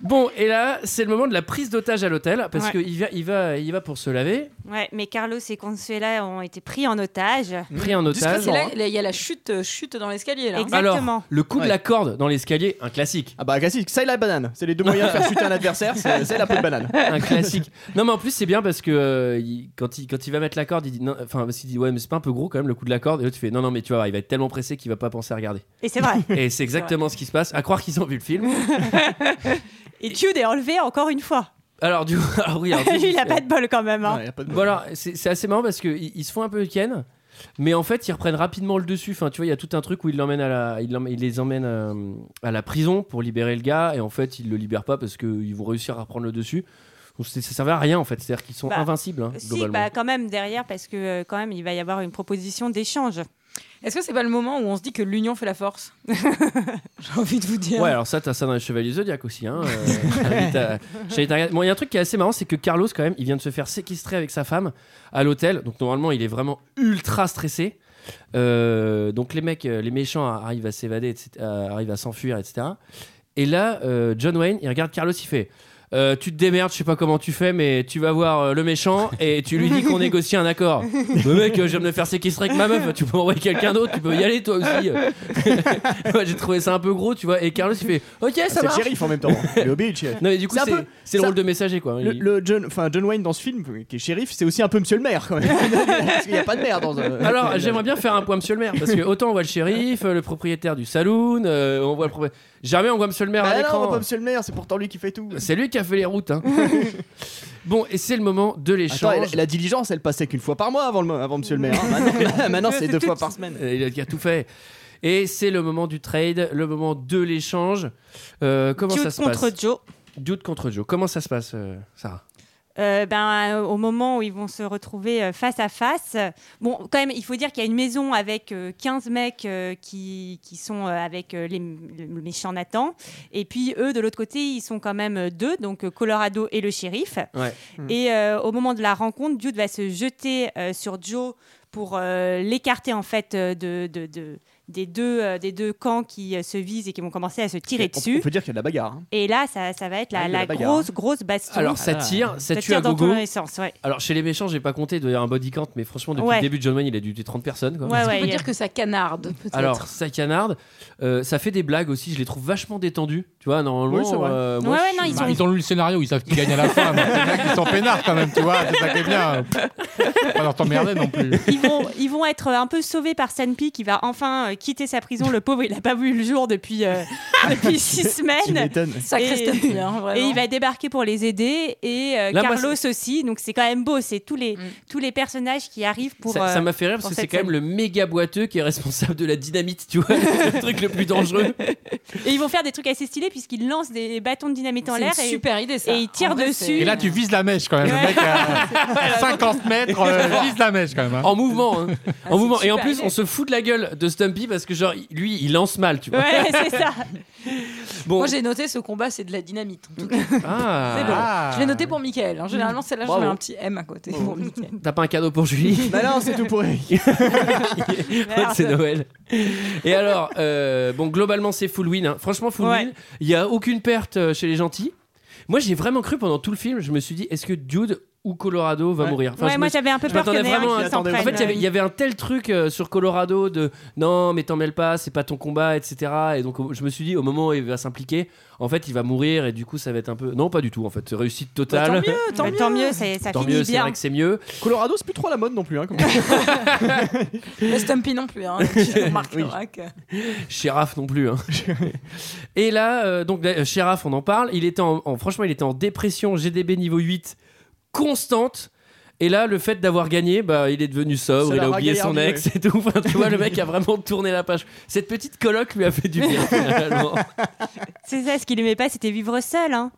Bon, et là, c'est le moment de la prise d'otage à l'hôtel parce
Ouais.
qu'il va, il va, il va pour se laver.
<laughs> Ouais, mais Carlos et Consuela ont été pris en otage.
Pris en otage.
C'est là, il y a la chute, euh, chute dans l'escalier. là.
Exactement.
Alors, le coup de
Ouais.
la corde dans l'escalier, un classique.
Ah bah classique, ça et la banane. C'est les deux moyens de faire chuter un adversaire, c'est c'est la peau de banane.
<laughs>
un classique. Non, mais en plus, c'est bien parce que euh, il- quand, il, quand il va mettre la corde, il dit non, enfin, parce qu'il dit ouais, mais c'est pas un peu gros quand même le coup de la corde. Et l'autre, tu fais non, non, mais tu vas voir, il va être tellement pressé qu'il va pas penser à regarder.
Et c'est
<laughs>
vrai. <laughs>
Et c'est exactement ce qui se passe. À croire qu'ils ont vu le film.
Et Tude est enlevé encore une <laughs> fois.
Alors, du coup, <laughs> alors, oui, alors,
Lui, <laughs> il a
c'est-
pas de bol quand même. hein.
Voilà, c'est c'est assez marrant parce qu'ils ils se font un peu ken, mais en fait ils reprennent rapidement le dessus. Enfin, tu vois, il y a tout un truc où ils l'emmènent à la, ils l'emmènent- ils les emmènent euh, à, la prison pour libérer le gars, et en fait ils le libèrent pas parce qu'ils vont réussir à reprendre le dessus. Donc, c'est- ça servait à rien en fait, c'est-à-dire qu'ils sont
Bah,
invincibles hein,
Si,
globalement.
bah quand même derrière, parce que euh, quand même, il va y avoir une proposition d'échange.
Est-ce que c'est pas le moment où on se dit que l'union fait la force <laughs> J'ai envie de vous dire.
Ouais, alors ça, t'as ça dans les Chevaliers Zodiac aussi. Hein. euh, j'invite à- j'invite à regarder. Bon, il y a un truc qui est assez marrant, c'est que Carlos, quand même, il vient de se faire séquestrer avec sa femme à l'hôtel. Donc, normalement, il est vraiment ultra stressé. Euh, donc, les mecs, euh, les méchants arrivent à s'évader, etc., euh, arrivent à s'enfuir, etc. Et là, euh, John Wayne, il regarde Carlos, il fait. Euh, tu te démerdes, je sais pas comment tu fais, mais tu vas voir euh, le méchant et tu lui dis qu'on négocie un
<laughs>
accord. Le mec, euh, je viens de me faire séquestrer avec ma meuf, tu peux envoyer quelqu'un d'autre, tu peux y aller toi
<laughs>
aussi. <laughs> euh. Ouais, J'ai trouvé ça un peu gros, tu vois. Et Carlos, il fait Ok, ça
Ah, c'est le
marche.
shérif en même temps.
<laughs>
Il est obéi, le shérif.
Non, mais du coup,
un
c'est
peu-
c'est le
ça-
rôle de messager, quoi.
Le,
Il-
le John, enfin John Wayne dans ce film, euh, qui est shérif, c'est aussi un peu Monsieur le Maire quand même. <laughs> Parce qu'il n'y a pas de maire dans. euh,
Alors, j'aimerais bien faire un point Monsieur le Maire, parce que autant on voit le shérif, euh, le propriétaire du saloon, euh, on voit le propri- Jamais on voit Monsieur le Maire à
Bah non, on
l'écran.
voit pas Monsieur le Maire, c'est pourtant lui qui fait tout.
C'est lui qui a fait les
<laughs>
routes. hein. bon, et c'est le moment de
Attends,
l'échange.
et la, la diligence, elle passait qu'une fois par mois avant, le, mo- avant Monsieur le Maire. hein.
<laughs>
Maintenant, <laughs> maintenant, c'est deux fois par semaine.
Euh, Il a tout fait. Et c'est le moment du trade, le moment de l'échange. Euh, comment
Dude
ça se passe
contre Joe.
Dude contre Joe. Comment ça se passe, euh, Sarah
Euh, ben, euh, au moment où ils vont se retrouver euh, face à face, euh, bon, quand même, il faut dire qu'il y a une maison avec euh, 15 mecs euh, qui, qui sont euh, avec euh, les, le méchant Nathan. Et puis, eux, de l'autre côté, ils sont quand même euh, deux, donc euh, Colorado et le shérif.
Ouais.
Et euh, au moment de la rencontre, Dude va se jeter euh, sur Joe pour euh, l'écarter, en fait, euh, de, de- de- des, deux, euh, des deux camps qui euh, se visent et qui vont commencer à se tirer
On-
dessus.
On peut dire qu'il y a de la bagarre. hein.
Et là, ça, ça va être la,
Ah, de
la
la bagarre.
grosse, grosse baston.
Alors ça tire, ça tue à
dans
gogo.
tous les sens, ouais.
Alors chez les méchants, j'ai pas compté de un body count, mais franchement depuis
Ouais.
le début de John Wayne, il a dû tuer 30 personnes. Quoi.
on peut dire que ça canarde, peut-être.
Alors ça canarde, Euh, ça fait des blagues aussi. Je les trouve vachement détendus. Tu vois normalement.
Oui, c'est vrai.
euh, moi,
Ouais,
je
ouais,
suis-
non, ils
Bah,
ont-
ils ont lu le scénario, ils savent qu'ils gagnent à la fin. mais c'est bien qu'ils sont peinards quand même, tu vois. C'est ça qui est bien. Faut Pas leur t'emmerder non plus.
<laughs> Ils vont, ils vont être un peu sauvés par Sanpi qui va enfin euh, quitter sa prison. Le pauvre, il n'a pas vu le jour depuis,
<laughs>
euh, depuis six
Tu
semaines.
m'étonnes.
Sacré
Et-
Stanley, hein, vraiment.
Et il va débarquer pour les aider. Et euh,
Là, moi,
Carlos aussi. Donc c'est quand même beau. C'est tous les, tous les personnages qui arrivent <laughs> pour.
ça
euh,
ça m'a fait rire parce
pour
que c'est
cette
quand même
scène.
le méga boiteux qui est responsable de la dynamite. Tu vois, <laughs> c'est le truc le plus dangereux.
Et ils vont faire des trucs assez stylés puisqu'ils lancent des bâtons de dynamite en
C'est
l'air.
une
et-
super idée, ça.
Et ils tirent
En vrai,
dessus. Ah,
c'est-
Et là, tu vises la mèche quand même. Le mec à 50 mètres, euh, vise la mèche quand même. hein.
En mouvement, hein.
Ah,
en mouvement. Et en
super
plus,
idée.
on se fout de la gueule de Stumpy parce que genre lui, il lance mal, tu vois.
<laughs> Ouais, c'est ça.
Bon.
Moi, j'ai noté ce combat, c'est de la dynamite. en tout cas.
Ah.
C'est bon.
Ah.
Je l'ai noté pour Michael. hein. Généralement, celle-là, je
Bravo.
mets un petit M à côté pour Michael.
T'as pas un cadeau pour
<laughs>
Julie
Bah non, c'est tout pour Eric.
Ouais, c'est Noël. Et alors, euh, bon, globalement, c'est full win. hein. Franchement, full
Ouais.
win. Il n'y a aucune perte euh, chez les gentils. Moi, j'ai vraiment cru pendant tout le film, je me suis dit, est-ce que Dude ou Colorado va
Ouais.
mourir Enfin,
Ouais,
je
moi
me-
j'avais un peu
je
peur qu'il y
m'attendais
en ait
vraiment
un
à-
qui s'en
attendez,
prenne.
En fait, il y avait- il y avait un tel truc euh, sur Colorado de non, mais t'en mêles pas, c'est pas ton combat, etc. Et donc, au- je me suis dit, au moment où il va s'impliquer, en fait, il va mourir et du coup, ça va être un peu. Non, pas du tout, en fait. Réussite
Bah, tant
totale.
mieux, tant
<laughs>
Mais
mieux.
tant mieux, c'est- ça
Tant
finit
mieux, c'est
bien.
vrai que c'est mieux.
<laughs> Colorado, c'est plus trop à la mode non plus. Hein, comme-
Mais Stumpy non
<laughs>
plus. Hein. Tu remarqueras que-
Sheraf
<laughs>
non plus. hein. et là, euh, donc là, euh, Sheraf, on en parle. Il était en, en- franchement, il était en dépression GDB niveau 8 constante. Et là, le fait d'avoir gagné, bah, il est devenu sobre,
Ça
il a
l'a
oublié son
ragaillardi,
ex et tout. <laughs> Enfin, tu vois, le mec a vraiment tourné la page.
<laughs>
Cette petite colloque lui a fait du bien, finalement.
C'est ça, ce qu'il aimait pas, c'était vivre seul. hein.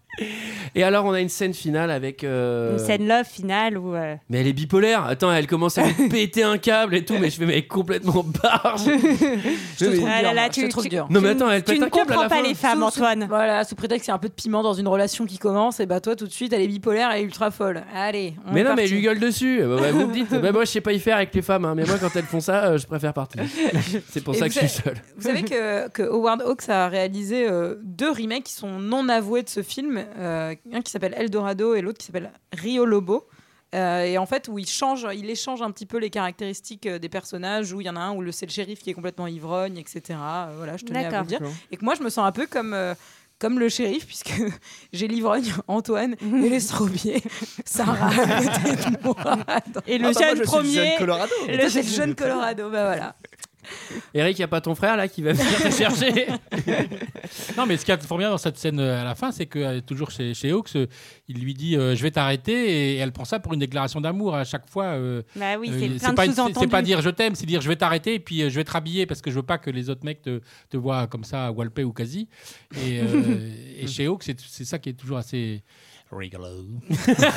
Et alors, on a une scène finale avec. euh,
Une scène love finale où. euh,
Mais elle est bipolaire. Attends, elle commence à lui péter un câble et tout. Mais je fais, mais elle est complètement
<laughs>
barge.
Je te
Mais-
trouve
Ah là
dur,
là,
moi, je te
tu-
trouve
tu-
dur.
Non, mais attends, elle
tu
pète
ne
un câble à
comprends
la
pas
fin.
les femmes,
Sous-
Antoine.
Voilà, sous prétexte qu'il y a un peu de piment dans une relation qui commence, et bah toi tout de suite, elle est bipolaire, elle est ultra folle. Allez, on
Mais
est
non, mais elle
parti.
lui gueule dessus. Bah, bah, vous
<laughs>
me dites, bah, moi je sais pas y faire avec les femmes, hein, mais moi quand elles font ça, euh, je préfère partir.
<laughs>
C'est pour
Et
ça
vous
que je suis
savez-
seul.
Vous savez que, que Howard Hawks a réalisé euh, deux remakes qui sont non avoués de ce film, euh, un qui s'appelle Eldorado et l'autre qui s'appelle Rio Lobo. Euh, et en fait, où il change, il échange un petit peu les caractéristiques euh, des personnages, où il y en a un où le- c'est le shérif qui est complètement ivrogne, etc. Euh, voilà, je tenais à vous le
D'accord.
dire.
D'accord.
Et que moi, je me sens un peu comme. euh, comme le shérif, puisque <laughs> j'ai l'ivrogne Antoine et l'estropié
<laughs>
Sarah à côté de moi.
Et le Ah bah, moi, jeune je suis le premier- jeune
Colorado.
Le jeune- le jeune Colorado, bah voilà.
Eric, y a pas ton frère là qui
<laughs>
va venir te chercher
Non, mais ce qui est formidable dans cette scène euh, à la fin, c'est que euh, toujours chez, chez Hawks, euh, il lui dit euh, Je vais t'arrêter, et elle prend ça pour une déclaration d'amour à chaque fois. euh,
Bah oui,
euh,
c'est plein de
pas, une-
sous-entendus.
c'est pas dire je t'aime, c'est dire je vais t'arrêter, et puis euh, je vais te rhabiller parce que je veux pas que les autres mecs te, te voient comme ça, à Walpé ou quasi.
<laughs>
Et, euh, et chez Hawks, c'est c'est ça qui est toujours assez. Rigolo.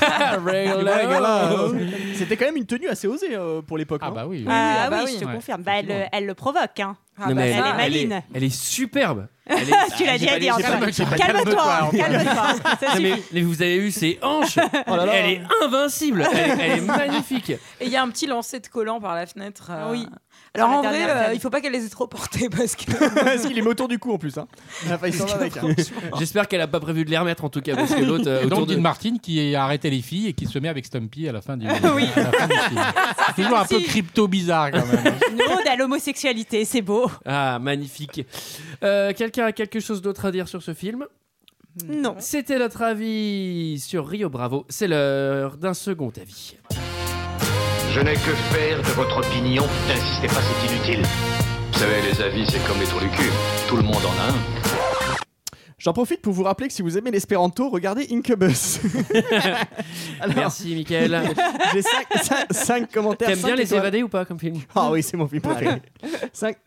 Ah, Rigolo.
hein. <laughs> C'était quand même une tenue assez osée euh, pour l'époque. Ah bah
oui.
Ah, oui, je te confirme. Bah, elle, euh, elle le provoque. Hein.
Non, mais
elle, est
elle
maline.
elle est superbe.
<laughs> tu l'as déjà dit, Antoine. Calme-toi, hein, <laughs> calme-toi. Ça
Non,
suffit.
Ah,
Oh
mais, mais vous avez eu ses
<laughs>
hanches. Elle est invincible. Elle, elle est magnifique.
Et il y a un petit lancer de collant par la fenêtre. euh,
Ah Oui.
Alors
Sur
en
la
vrai,
dernière
euh,
scène.
il faut pas qu'elle les ait trop portés parce que.
Parce qu'il est autour du cou en plus. Hein. Il a failli s'en <laughs> aller avec. hein.
J'espère qu'elle a pas prévu de les remettre en tout cas parce que l'autre euh,
Et
autour
donc,
de
Dean Martin qui a arrêté les filles et qui se met avec Stumpy à
<laughs>
la fin du,
Ah Oui.
à la fin du
<laughs>
film. C'est toujours un peu crypto bizarre quand même.
Une ode à l'homosexualité, c'est beau.
Ah, magnifique. Euh, Quelqu'un a quelque chose d'autre à dire sur ce film
Non.
C'était notre avis sur Rio Bravo. C'est l'heure d'un second avis.
Je n'ai que faire de votre opinion. N'insistez pas, c'est inutile.
Vous savez, les avis, c'est comme les trous du cul. Tout le monde en a un.
J'en profite pour vous rappeler que si vous aimez l'espéranto, regardez
<laughs>
Incubus.
Merci, Michael.
J'ai 5, commentaires.
T'aimes
cinq
bien les
étoiles.
évadés ou pas comme film
Ah oui, c'est mon
<laughs>
film préféré.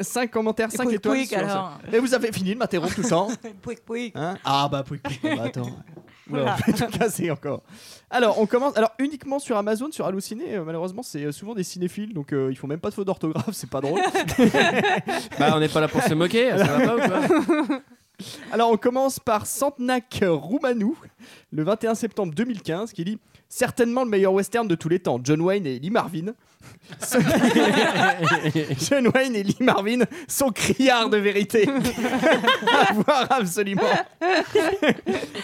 5, commentaires, 5
pouic,
étoiles.
pouic,
sur-
alors.
Et vous avez fini de m'interrompre tout le temps.
Pouic, pouic.
Hein ah bah pouic, pouic. Ah bah, <laughs> attends.
Oula.
Oula, <laughs> je vais tout casser encore. Alors, on commence. Alors, uniquement sur Amazon, sur Halluciné, euh, malheureusement, c'est euh, souvent des cinéphiles, donc euh, ils font même pas de faute d'orthographe, c'est pas drôle.
Bah, on n'est pas là pour se moquer, ça va pas ou quoi
Alors on commence par Santenac Roumanou, le 21 septembre 2015, qui dit certainement le meilleur western de tous les temps, John Wayne et Lee Marvin. Ce- <laughs> John Wayne et Lee Marvin sont criards de vérité. <laughs> à voir absolument. <laughs>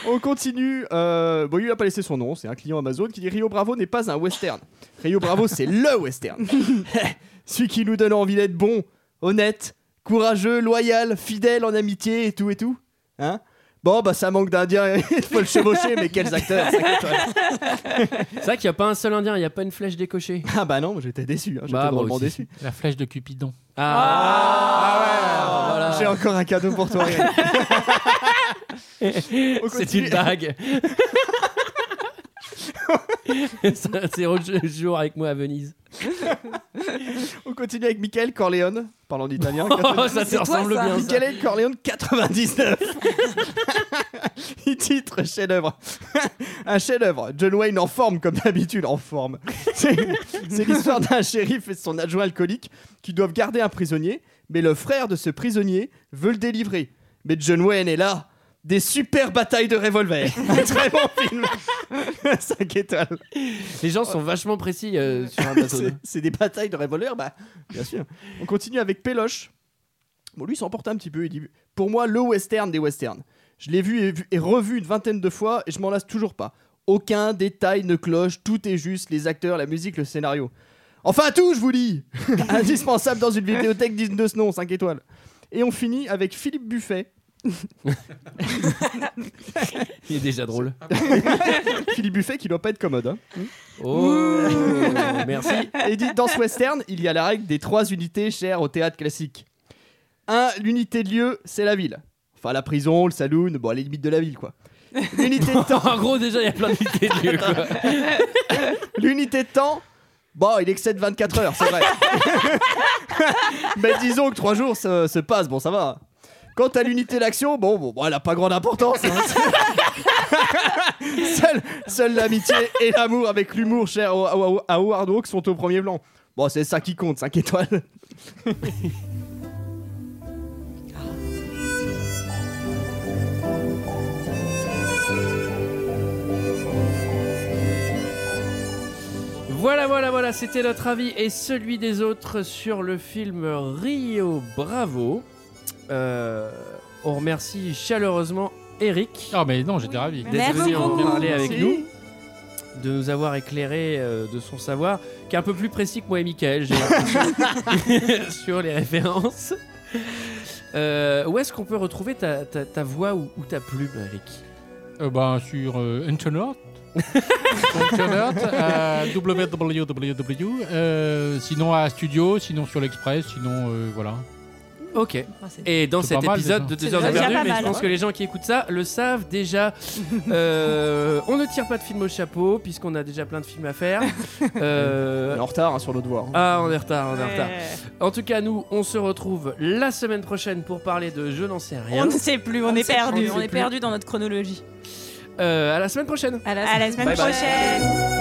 on continue. euh, bon, il a pas laissé son nom, c'est un client Amazon qui dit Rio Bravo n'est pas un western. Rio Bravo, c'est LE western. <laughs> Celui qui nous donne envie d'être bon, honnête, courageux, loyal, fidèle en amitié et tout et tout. Hein Bon, bah ça manque d'indiens, <laughs> il faut le chevaucher, mais quels acteurs cinq étoiles.
C'est vrai qu'il n'y a pas un seul indien, il n'y a pas une flèche décochée.
Ah bah non, j'étais déçu, hein, j'étais
Bah, moi
drôlement
aussi.
déçu.
La flèche de Cupidon.
Ah, voilà.
J'ai encore un cadeau pour toi. Yann. On
C'est
continue.
une bague. <laughs> Ça, C'est autre jour avec moi à Venise.
On continue avec Michael Corleone, parlant d'italien.
<laughs> Oh, ça te
C'est toi,
ressemble bien, ça.
Michael Corleone
<laughs>
99. <laughs> Il titre chef-d'œuvre. <laughs> un chef-d'œuvre. John Wayne en forme, comme d'habitude, en forme. <laughs> C'est c'est l'histoire d'un shérif et de son adjoint alcoolique qui doivent garder un prisonnier, mais le frère de ce prisonnier veut le délivrer. Mais John Wayne est là. Des super batailles de revolver. <laughs> Un Très bon film. <laughs> 5 étoiles.
Les gens sont vachement précis euh, sur un
<laughs>
bateau.
C'est- C'est des batailles de revolver, bah, bien sûr. On continue avec Péloche. Bon, lui, il s'emporte un petit peu. Il dit Pour moi, le western des westerns. Je l'ai vu et, vu- et revu une vingtaine de fois et je m'en lasse toujours pas. Aucun détail ne cloche, tout est juste les acteurs, la musique, le scénario. Enfin, tout, je vous dis Indispensable dans une bibliothèque digne de ce nom, 5 étoiles. Et on finit avec Philippe Buffet.
Il est déjà drôle.
Philippe Buffet qui doit pas être commode. hein.
Oh, <laughs> merci.
Et il dit dans ce western, il y a la règle des trois unités chères au théâtre classique. 1. L'unité de lieu, c'est la ville. Enfin, la prison, le saloon, bon, à la limite de la ville, quoi. L'unité de temps,
<laughs> En gros, déjà, il y a plein d'unités de lieu. quoi.
l'unité de temps, bon, il excède 24 heures, c'est vrai. Mais disons que 3 jours se, se passent, bon, ça va. Quant à l'unité d'action, bon, bon, bon, elle a pas grande importance. hein. Seule, seule l'amitié et l'amour avec l'humour cher au- au- au- à Howard Hawks sont au premier plan. Bon, c'est ça qui compte, 5 étoiles.
<laughs> Voilà, voilà, voilà, c'était notre avis et celui des autres sur le film Rio Bravo. Euh, on remercie chaleureusement Eric.
Ah, mais non, j'étais ravi.
D'être
Merci
venu en
beaucoup.
parler avec
Merci.
nous, de nous avoir éclairé euh, de son savoir, qui est un peu plus précis que moi et Michael, j'ai l'impression, <laughs> sur les références. Euh, où est-ce qu'on peut retrouver ta, ta- ta voix ou, ou ta plume, Eric
Euh, ben, sur euh,
<laughs>
Internet. Internet, euh, www. euh, sinon à Studio, sinon sur l'Express, sinon euh, voilà.
Ok. Et dans
Ah, C'est
cet
pas mal,
épisode
déjà.
de 2
C'est
heures de
déjà
perdu,
pas
mais je
mal. hein.
pense que les gens qui écoutent ça le savent
<laughs>
déjà. Euh, on ne tire pas de film au chapeau, puisqu'on a déjà plein de films
<laughs>
à faire. Euh,
On est en retard hein, sur le devoir.
Ah, on est en retard, on est en
Ouais.
retard.
Euh,
En tout cas, nous, on se retrouve la semaine prochaine pour parler de Je n'en sais rien.
On ne sait plus, on, est
sait
perdu.
plus,
On
sait
est
plus.
perdu dans notre chronologie.
Euh, à la semaine prochaine.
À la semaine
Bye bye.
prochaine.